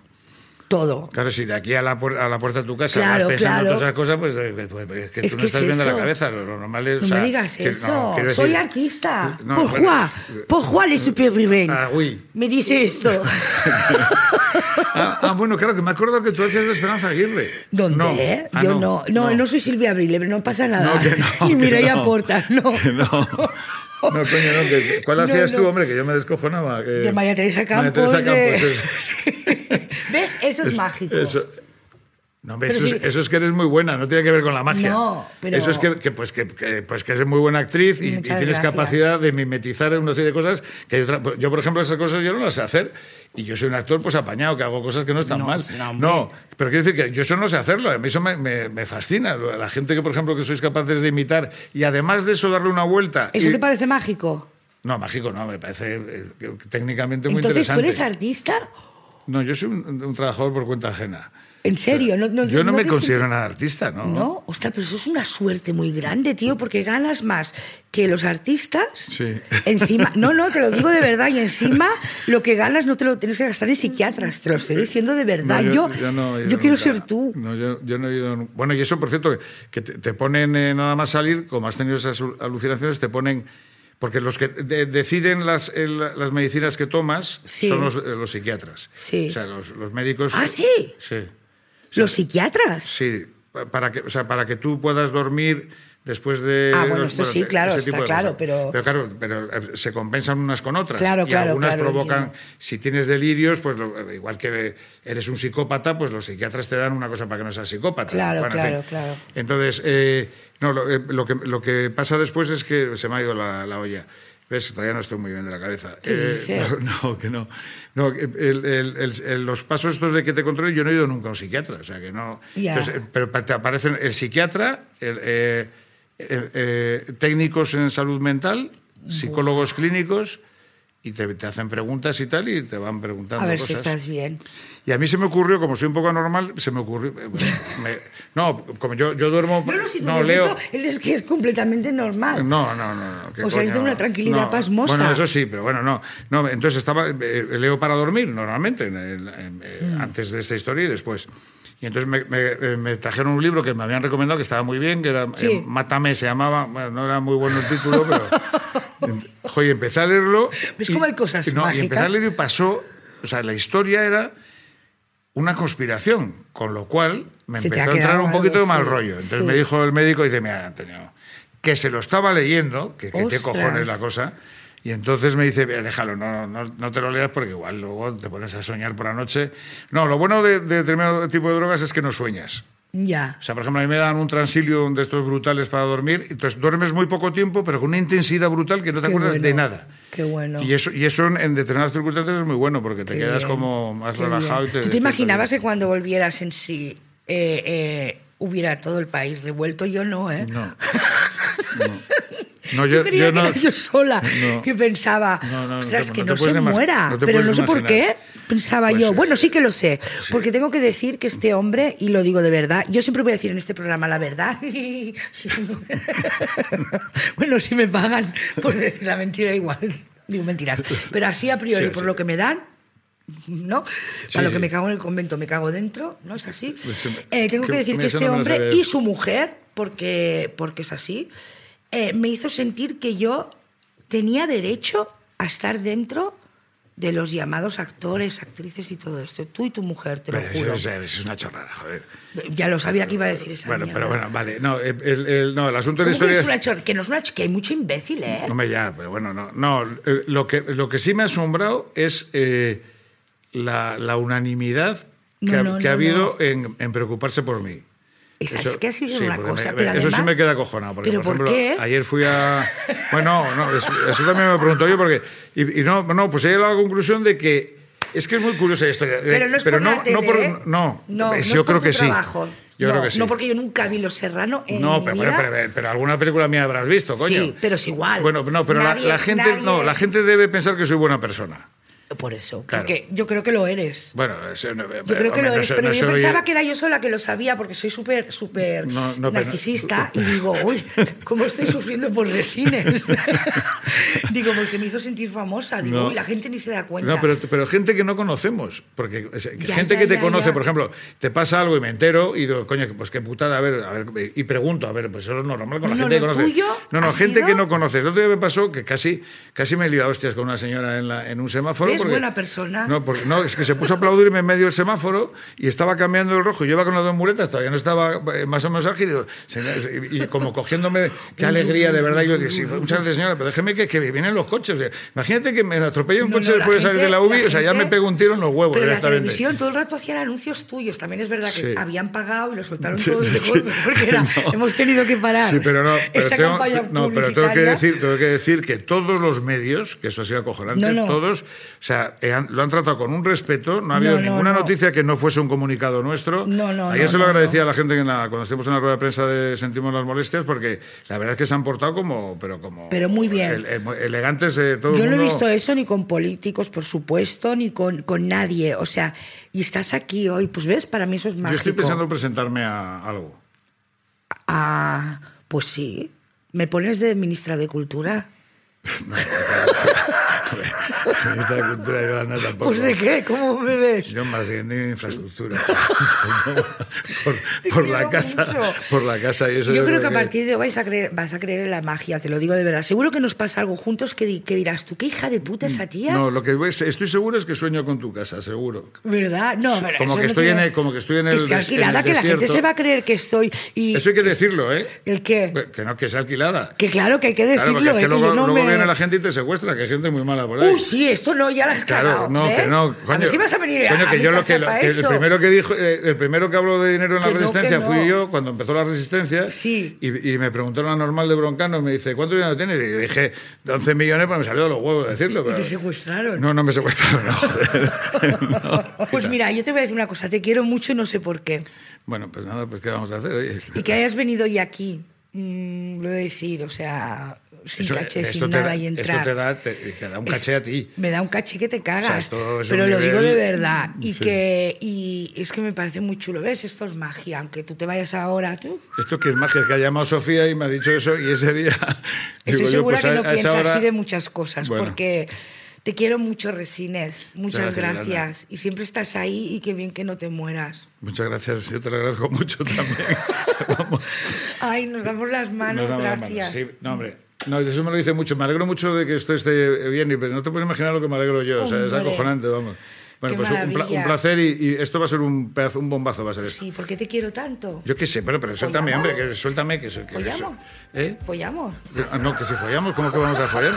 Speaker 1: Todo.
Speaker 2: Claro, si de aquí a la, puer- a la puerta de tu casa
Speaker 1: Claro,
Speaker 2: vas pensando
Speaker 1: claro.
Speaker 2: todas esas cosas, pues, eh, pues, es que
Speaker 1: Es
Speaker 2: tú no
Speaker 1: que
Speaker 2: estás
Speaker 1: es
Speaker 2: viendo la
Speaker 1: eso.
Speaker 2: cabeza. Lo, lo normal es.
Speaker 1: No
Speaker 2: o sea,
Speaker 1: me digas
Speaker 2: que- no,
Speaker 1: eso.
Speaker 2: quiero
Speaker 1: Soy
Speaker 2: decir-
Speaker 1: artista. Pues,
Speaker 2: No,
Speaker 1: Por
Speaker 2: bueno, eh,
Speaker 1: Juan, por Juan le super
Speaker 2: Ah, oui.
Speaker 1: Me dice
Speaker 2: <laughs>
Speaker 1: esto.
Speaker 2: Ah, ah, bueno, claro, que me acuerdo que tú hacías de Esperanza Aguirre.
Speaker 1: ¿Dónde?
Speaker 2: No.
Speaker 1: eh?
Speaker 2: Ah,
Speaker 1: Yo no. No, no, soy Silvia Abril, eh, no pasa nada.
Speaker 2: No, que
Speaker 1: <laughs>
Speaker 2: no,
Speaker 1: Ni
Speaker 2: que
Speaker 1: Mireia
Speaker 2: no.
Speaker 1: Porta, no.
Speaker 2: <laughs> Que no. No, coño, no. que-
Speaker 1: <laughs>
Speaker 2: ¿Cuál
Speaker 1: No,
Speaker 2: hacías
Speaker 1: no.
Speaker 2: tú, hombre? Que yo me descojonaba. que-
Speaker 1: De María Teresa
Speaker 2: María
Speaker 1: Campos.
Speaker 2: Teresa
Speaker 1: de-
Speaker 2: Campos, eso.
Speaker 1: <laughs> ¿Ves? Eso es, mágico.
Speaker 2: Eso, no, hombre,
Speaker 1: Pero
Speaker 2: eso, es,
Speaker 1: sí.
Speaker 2: eso es que eres muy buena, no tiene que ver con la magia.
Speaker 1: No, pero-
Speaker 2: Eso es que, que, pues, que, que- pues, que eres muy buena actriz y, y
Speaker 1: Muchas
Speaker 2: tienes
Speaker 1: gracias.
Speaker 2: capacidad de mimetizar una serie de cosas que hay otra- pues, yo, por ejemplo, esas cosas yo no las sé hacer. Y yo soy un actor pues apañado, que hago cosas que no están
Speaker 1: No,
Speaker 2: mal.
Speaker 1: no, hombre.
Speaker 2: No, pero quiero decir que yo eso no sé hacerlo. A mí eso me, me- me fascina. La gente que, por ejemplo, que sois capaces de imitar y además de eso darle una vuelta.
Speaker 1: ¿Eso
Speaker 2: y-
Speaker 1: te parece mágico?
Speaker 2: No, mágico no, me parece eh, que- que técnicamente muy
Speaker 1: Entonces, ¿tú
Speaker 2: interesante.
Speaker 1: eres artista?
Speaker 2: No, yo soy un, un trabajador por cuenta ajena.
Speaker 1: ¿En serio? No- no-
Speaker 2: yo no,
Speaker 1: no
Speaker 2: me
Speaker 1: te
Speaker 2: considero nada artista, ¿no?
Speaker 1: No, ostras, pero eso es una suerte muy grande, tío, porque ganas más que los artistas.
Speaker 2: Sí. <laughs>
Speaker 1: Encima, no, no, te lo digo de verdad, y encima lo que ganas no te lo tienes que gastar en psiquiatras, te lo estoy diciendo de verdad.
Speaker 2: No,
Speaker 1: yo
Speaker 2: no he ido
Speaker 1: yo quiero
Speaker 2: nunca.
Speaker 1: ser tú.
Speaker 2: No, yo, yo no he ido nu- Bueno, y eso, por cierto, que te, te ponen eh, nada más salir, como has tenido esas alu- alucinaciones, te ponen. Porque los que de- deciden las, el- las medicinas que tomas
Speaker 1: Sí.
Speaker 2: son los, eh, los psiquiatras.
Speaker 1: Sí.
Speaker 2: O sea, los, los médicos.
Speaker 1: ¿Ah, sí?
Speaker 2: Sí.
Speaker 1: ¿Los psiquiatras?
Speaker 2: Sí, pa- para que, o sea, para que tú puedas dormir después de...
Speaker 1: Ah, bueno, esto sí,
Speaker 2: ese
Speaker 1: claro,
Speaker 2: tipo
Speaker 1: está
Speaker 2: de
Speaker 1: claro,
Speaker 2: cosas.
Speaker 1: pero-
Speaker 2: Pero claro, pero eh, se compensan unas con otras.
Speaker 1: Claro,
Speaker 2: y
Speaker 1: claro,
Speaker 2: algunas
Speaker 1: claro,
Speaker 2: provocan...
Speaker 1: entiendo.
Speaker 2: Si tienes delirios, pues lo- igual que eres un psicópata, pues los psiquiatras te dan una cosa para que no seas psicópata.
Speaker 1: Claro,
Speaker 2: Bueno, en
Speaker 1: claro,
Speaker 2: fin.
Speaker 1: claro.
Speaker 2: Entonces, eh, no, lo, eh, lo que, lo que pasa después es que se me ha ido la, la olla. ¿Ves? Todavía no estoy muy bien de la cabeza. Eh,
Speaker 1: ¿Qué dices?
Speaker 2: <laughs> No, que no. No, el- el- el- el- los pasos estos de que te controle, yo no he ido nunca a un psiquiatra. O sea que no.
Speaker 1: Ya.
Speaker 2: Entonces, eh, pero pa- te aparecen el psiquiatra, el, eh, el, eh, técnicos en salud mental, psicólogos clínicos, y te, te hacen preguntas y tal, y te van preguntando
Speaker 1: A ver si
Speaker 2: cosas.
Speaker 1: estás bien.
Speaker 2: Y a mí se me ocurrió, como soy un poco anormal, se me ocurrió. eh, bueno, me- no, como yo, yo duermo.
Speaker 1: No, no, si tu
Speaker 2: no,
Speaker 1: defecto
Speaker 2: leo.
Speaker 1: es que es completamente normal.
Speaker 2: No, no, no. no, ¿qué
Speaker 1: O sea, es de una tranquilidad pasmosa.
Speaker 2: Bueno, eso sí, pero bueno, no. no entonces estaba, eh, leo para dormir normalmente, en el- en- eh,
Speaker 1: Hmm.
Speaker 2: antes de esta historia y después. Y entonces me, me- eh, me trajeron un libro que me habían recomendado, que estaba muy bien, que era eh,
Speaker 1: Sí.
Speaker 2: Mátame, se llamaba. Bueno, no era muy bueno el título,
Speaker 1: <laughs>
Speaker 2: pero. Joder, empecé a leerlo.
Speaker 1: ¿Ves
Speaker 2: y-
Speaker 1: cómo hay cosas
Speaker 2: y No, y empecé a
Speaker 1: mágicas?
Speaker 2: leerlo y pasó. O sea, la historia era una conspiración, con lo cual me
Speaker 1: Se te
Speaker 2: empezó
Speaker 1: ha
Speaker 2: a entrar
Speaker 1: quedado
Speaker 2: un poquito
Speaker 1: algo,
Speaker 2: de mal
Speaker 1: sí,
Speaker 2: rollo. Entonces
Speaker 1: sí.
Speaker 2: me dijo el médico, dice, mira, Antonio, que se lo estaba leyendo, que, que qué
Speaker 1: Ostras.
Speaker 2: cojones la cosa, y entonces me dice, "Mira, déjalo, no, no, no te lo leas porque igual luego te pones a soñar por la noche. No, lo bueno de, de determinado tipo de drogas es que no sueñas.
Speaker 1: Ya.
Speaker 2: O sea, por ejemplo, a mí me dan un transilio de estos brutales para dormir, entonces duermes muy poco tiempo, pero con una intensidad brutal que no te
Speaker 1: Qué
Speaker 2: acuerdas de
Speaker 1: bueno,
Speaker 2: nada.
Speaker 1: Qué bueno.
Speaker 2: Y eso, y eso en, en determinadas circunstancias es muy bueno porque te
Speaker 1: Qué
Speaker 2: quedas
Speaker 1: bien,
Speaker 2: como más
Speaker 1: qué
Speaker 2: relajado.
Speaker 1: bien.
Speaker 2: Y
Speaker 1: ¿Tú
Speaker 2: te
Speaker 1: te
Speaker 2: despiertas
Speaker 1: imaginabas
Speaker 2: bien.
Speaker 1: que cuando volvieras en sí eh, eh, hubiera todo el país revuelto? Yo no, ¿eh?
Speaker 2: No.
Speaker 1: <laughs>
Speaker 2: No, yo,
Speaker 1: creía
Speaker 2: yo
Speaker 1: que
Speaker 2: no.
Speaker 1: era yo sola
Speaker 2: No.
Speaker 1: que pensaba,
Speaker 2: No, no, no
Speaker 1: ostras,
Speaker 2: te-
Speaker 1: que no,
Speaker 2: no te
Speaker 1: se
Speaker 2: puedes ima-
Speaker 1: muera.
Speaker 2: no te
Speaker 1: pero no
Speaker 2: puedes
Speaker 1: sé por qué
Speaker 2: imaginar.
Speaker 1: pensaba
Speaker 2: Pues,
Speaker 1: yo.
Speaker 2: eh,
Speaker 1: Bueno, sí que lo sé,
Speaker 2: sí.
Speaker 1: porque tengo que decir que este hombre, y lo digo de verdad, yo siempre voy a decir en este programa la verdad. <laughs> bueno, si me pagan por decir la mentira igual, digo mentiras. Pero así a priori,
Speaker 2: Sí,
Speaker 1: por
Speaker 2: sí.
Speaker 1: lo que me dan, ¿no?
Speaker 2: Sí.
Speaker 1: A lo que me cago en el convento, me cago dentro, ¿no es así?
Speaker 2: Pues sí,
Speaker 1: Eh, tengo
Speaker 2: que-
Speaker 1: que decir
Speaker 2: mira,
Speaker 1: que
Speaker 2: eso
Speaker 1: este
Speaker 2: no me lo
Speaker 1: hombre
Speaker 2: sabía.
Speaker 1: y su mujer, porque, porque es así, eh, me hizo sentir que yo tenía derecho a estar dentro de los llamados actores, actrices y todo esto. Tú y tu mujer, te lo
Speaker 2: Pero
Speaker 1: juro.
Speaker 2: eso- eso es una chorrada, joder.
Speaker 1: Ya lo sabía que iba a decir esa
Speaker 2: Bueno,
Speaker 1: mierda.
Speaker 2: pero bueno, vale. No, el, el- el- no, el asunto de
Speaker 1: ¿Cómo
Speaker 2: la
Speaker 1: que,
Speaker 2: historia.
Speaker 1: es una chor- que no es una ch- que hay mucho imbécil, ¿eh?
Speaker 2: No me ya, pero bueno, no. No, eh, lo que, lo que sí me ha asombrado es eh, la, la unanimidad que,
Speaker 1: No,
Speaker 2: ha-
Speaker 1: no,
Speaker 2: que
Speaker 1: no, no.
Speaker 2: ha habido en, en preocuparse por mí.
Speaker 1: Es,
Speaker 2: Eso-
Speaker 1: es que ha sido
Speaker 2: sí,
Speaker 1: una
Speaker 2: porque
Speaker 1: cosa.
Speaker 2: me-
Speaker 1: pero
Speaker 2: eso sí
Speaker 1: además-
Speaker 2: me queda cojonado. Porque,
Speaker 1: ¿Pero
Speaker 2: por,
Speaker 1: por
Speaker 2: ejemplo,
Speaker 1: qué?
Speaker 2: Ayer fui a. Bueno, no, eso, eso también me preguntó yo porque. Y, y no, no, pues he llegado a la conclusión de que. Es que es muy curiosa la historia.
Speaker 1: Pero no es por la tele,
Speaker 2: no, por-
Speaker 1: ¿eh?
Speaker 2: no,
Speaker 1: no,
Speaker 2: es-
Speaker 1: no
Speaker 2: yo
Speaker 1: es por
Speaker 2: creo
Speaker 1: tu
Speaker 2: que
Speaker 1: trabajo.
Speaker 2: sí. Yo
Speaker 1: no,
Speaker 2: creo que sí.
Speaker 1: No, porque yo nunca vi Los Serrano en
Speaker 2: No,
Speaker 1: mi
Speaker 2: pero,
Speaker 1: vida.
Speaker 2: pero, pero- pero alguna película mía habrás visto, coño.
Speaker 1: Sí, pero es igual.
Speaker 2: Bueno, no, pero la-
Speaker 1: Nadie-
Speaker 2: la, gente, no,
Speaker 1: nadie-
Speaker 2: la gente debe pensar que soy buena persona.
Speaker 1: Por eso,
Speaker 2: Claro.
Speaker 1: porque yo creo que lo eres.
Speaker 2: Bueno, eso no- hombre,
Speaker 1: Yo creo que lo
Speaker 2: no
Speaker 1: eres,
Speaker 2: sé-
Speaker 1: pero
Speaker 2: no
Speaker 1: yo
Speaker 2: soy-
Speaker 1: pensaba que era yo sola que lo sabía porque soy súper, súper
Speaker 2: No, no, pero-
Speaker 1: narcisista
Speaker 2: <laughs>
Speaker 1: y digo, uy, cómo estoy sufriendo por resines. <laughs> digo, porque me hizo sentir famosa. Digo,
Speaker 2: No.
Speaker 1: uy, la gente ni se da cuenta.
Speaker 2: No, pero, pero gente que no conocemos. Porque o sea, que
Speaker 1: Ya,
Speaker 2: gente
Speaker 1: ya,
Speaker 2: que te
Speaker 1: ya,
Speaker 2: conoce,
Speaker 1: ya.
Speaker 2: por ejemplo, te pasa algo y me entero y digo, coño, pues qué putada, a ver, a ver, y pregunto, a ver, pues eso es normal con la
Speaker 1: No,
Speaker 2: gente que
Speaker 1: lo
Speaker 2: conoce.
Speaker 1: tuyo
Speaker 2: no, no,
Speaker 1: ha
Speaker 2: gente
Speaker 1: sido-
Speaker 2: que no conoces. El otro día me pasó que casi, casi me he liado a hostias con una señora en, la- en un semáforo.
Speaker 1: ¿Ves?
Speaker 2: porque-
Speaker 1: Buena persona.
Speaker 2: No, porque, no, es que se puso a aplaudirme en medio del semáforo y estaba cambiando el rojo. Yo iba con las dos muletas, todavía no estaba eh, más o menos ágil. Y, digo, "Señora", y- y como cogiéndome,
Speaker 1: <laughs>
Speaker 2: qué alegría, de verdad. Yo digo, "Sí, muchas gracias, señora, pero déjeme que, que vienen los coches. O sea, imagínate que me atropella un
Speaker 1: No,
Speaker 2: coche
Speaker 1: no, la
Speaker 2: después de salir de
Speaker 1: gente-
Speaker 2: la UBI, o sea, ya me
Speaker 1: gente-
Speaker 2: pegó un tiro en los huevos
Speaker 1: Pero la
Speaker 2: directamente.
Speaker 1: televisión todo el rato hacían anuncios tuyos. También es verdad que
Speaker 2: Sí.
Speaker 1: habían pagado y lo soltaron
Speaker 2: Sí,
Speaker 1: todos de
Speaker 2: sí.
Speaker 1: golpe porque era,
Speaker 2: <laughs> No.
Speaker 1: hemos tenido que parar.
Speaker 2: Sí, pero no, pero
Speaker 1: Esta
Speaker 2: tengo,
Speaker 1: campaña
Speaker 2: no, pero tengo que
Speaker 1: publicitaria.
Speaker 2: decir, tengo que decir que todos los medios, que eso ha sido acojonante,
Speaker 1: No, no.
Speaker 2: todos, o sea, eh, han- lo han tratado con un respeto, no ha habido
Speaker 1: No, no,
Speaker 2: ninguna
Speaker 1: no.
Speaker 2: noticia que no fuese un comunicado nuestro.
Speaker 1: No, no,
Speaker 2: Ayer
Speaker 1: no,
Speaker 2: se lo
Speaker 1: no,
Speaker 2: agradecía a la gente que en la- cuando estuvimos en la rueda de prensa de sentimos las molestias porque la verdad es que se han portado como pero como
Speaker 1: Pero muy bien.
Speaker 2: el- el- elegantes de todo
Speaker 1: Yo
Speaker 2: el
Speaker 1: no he
Speaker 2: mundo.
Speaker 1: visto eso ni con políticos, por supuesto, ni con, con nadie. O sea, y estás aquí hoy, pues ves, para mí eso es mágico.
Speaker 2: Yo estoy pensando en presentarme a <laughs> algo.
Speaker 1: Ah, pues sí. ¿Me pones de ministra de Cultura?
Speaker 2: Ministra de Cultura Yolanda tampoco.
Speaker 1: ¿Pues de qué? ¿Cómo me ves?
Speaker 2: Yo más bien de
Speaker 1: <laughs>
Speaker 2: infraestructura. por, por la
Speaker 1: quiero
Speaker 2: casa.
Speaker 1: mucho.
Speaker 2: Por la casa y eso.
Speaker 1: Yo creo que a partir de hoy vais a creer, vas a creer en la magia, te lo digo de verdad. Seguro que nos pasa algo juntos que, di- que dirás tú, qué hija de puta esa tía.
Speaker 2: Mm, No, lo que ves- estoy seguro es que sueño con tu casa, seguro.
Speaker 1: ¿Verdad? No, pero
Speaker 2: Como
Speaker 1: eso
Speaker 2: que
Speaker 1: no
Speaker 2: estoy
Speaker 1: tiene-
Speaker 2: en el- como que estoy en el
Speaker 1: estoy
Speaker 2: des- en el
Speaker 1: alquilada, que la gente
Speaker 2: desierto.
Speaker 1: se va a creer que estoy. Y
Speaker 2: Eso hay que decirlo, ¿eh?
Speaker 1: ¿El qué?
Speaker 2: Que no, que sea alquilada.
Speaker 1: Que claro que hay que
Speaker 2: Claro,
Speaker 1: decirlo.
Speaker 2: porque es que
Speaker 1: ¿eh?
Speaker 2: luego,
Speaker 1: yo no
Speaker 2: luego
Speaker 1: me-
Speaker 2: viene la gente y te secuestra, que hay gente muy mala por ahí.
Speaker 1: Uy, sí, esto no, ya la has
Speaker 2: Claro,
Speaker 1: cagado,
Speaker 2: no,
Speaker 1: ¿eh?
Speaker 2: que no.
Speaker 1: a ver si vas a venir
Speaker 2: coño,
Speaker 1: a
Speaker 2: que
Speaker 1: mi
Speaker 2: yo lo
Speaker 1: casa
Speaker 2: que, lo-
Speaker 1: pa'
Speaker 2: que el
Speaker 1: eso.
Speaker 2: primero que dijo, eh, el primero que habló de dinero en la
Speaker 1: Que no, que
Speaker 2: resistencia
Speaker 1: no.
Speaker 2: fui yo cuando empezó la resistencia.
Speaker 1: Sí.
Speaker 2: Y, y me preguntó la normal de Broncano, me dice, ¿cuánto dinero tienes? Y dije, 11 millones, pero me salió de los huevos decirlo.
Speaker 1: Y
Speaker 2: pero-
Speaker 1: te secuestraron.
Speaker 2: No, no me secuestraron, no, joder. <laughs> No.
Speaker 1: <laughs> Pues mira, yo te voy a decir una cosa, te quiero mucho y no sé por qué.
Speaker 2: Bueno, pues nada, pues ¿qué vamos a hacer? Oye,
Speaker 1: Y que hayas venido hoy aquí, mm, lo he de decir, o sea, sin
Speaker 2: eso-
Speaker 1: caché,
Speaker 2: esto
Speaker 1: sin
Speaker 2: te
Speaker 1: nada
Speaker 2: da-
Speaker 1: y entrar.
Speaker 2: Esto te da, te, te da un
Speaker 1: Es-
Speaker 2: caché a ti.
Speaker 1: Me da un caché que te cagas.
Speaker 2: O sea, esto es un
Speaker 1: pero lo
Speaker 2: nivel-
Speaker 1: digo de verdad. Y
Speaker 2: Sí.
Speaker 1: que y es que me parece muy chulo. ¿Ves? Esto es magia. Aunque tú te vayas ahora, tú.
Speaker 2: Esto que es magia, que ha llamado Sofía y me ha dicho eso y ese día...
Speaker 1: Estoy
Speaker 2: <laughs> digo yo,
Speaker 1: segura
Speaker 2: pues
Speaker 1: que
Speaker 2: a-
Speaker 1: no
Speaker 2: a esa
Speaker 1: piensas
Speaker 2: hora-
Speaker 1: así de muchas cosas.
Speaker 2: Bueno.
Speaker 1: Porque te quiero mucho, Resines. Muchas
Speaker 2: Muchas gracias,
Speaker 1: gracias. Y siempre estás ahí y qué bien que no te mueras.
Speaker 2: Muchas gracias, yo te lo agradezco
Speaker 1: <laughs>
Speaker 2: mucho también. Vamos.
Speaker 1: Ay, nos damos las manos.
Speaker 2: Nos damos las manos.
Speaker 1: gracias.
Speaker 2: Sí, no, hombre. No, eso me lo dice mucho. Me alegro mucho de que esto esté bien, y- pero no te puedes imaginar lo que me alegro yo. O sea, es
Speaker 1: Hombre.
Speaker 2: acojonante, vamos. Bueno,
Speaker 1: Qué
Speaker 2: pues un, pla-
Speaker 1: maravilla.
Speaker 2: un placer y, y esto va a ser un pedazo, un bombazo, va a ser esto.
Speaker 1: Sí, ¿por qué te quiero tanto?
Speaker 2: Yo qué sé, pero, pero suéltame,
Speaker 1: Pues Follamos.
Speaker 2: hombre, que suéltame, que, se- que
Speaker 1: Follamos.
Speaker 2: eso. ¿Eh?
Speaker 1: Follamos.
Speaker 2: Ah, No, que si follamos, ¿cómo que vamos a follar?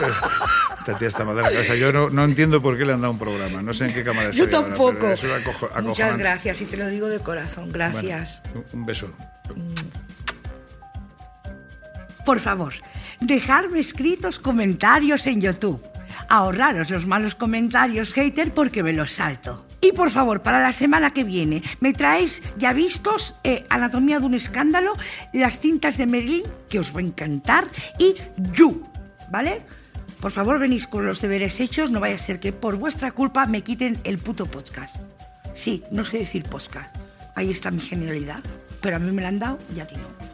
Speaker 2: Esta tía está mal de la cabeza. Yo no, no entiendo por qué le han dado un programa. No sé en qué cámara
Speaker 1: Yo
Speaker 2: estoy ahora, pero
Speaker 1: tampoco.
Speaker 2: eso es acojo-
Speaker 1: Muchas
Speaker 2: acojonante.
Speaker 1: gracias y te lo digo de corazón.
Speaker 2: Bueno,
Speaker 1: Gracias.
Speaker 2: un- un beso.
Speaker 1: Por favor, dejarme escritos comentarios en YouTube. Ahorraros los malos comentarios hater porque me los salto. Y por favor, para la semana que viene, me traéis ya vistos eh, Anatomía de un escándalo, las cintas de Merlín, que os va a encantar, y You, ¿vale? Por favor, venís con los deberes hechos, no vaya a ser que por vuestra culpa me quiten el puto podcast. Sí, no sé decir podcast. Ahí está mi genialidad, pero a mí me la han dado y a ti no.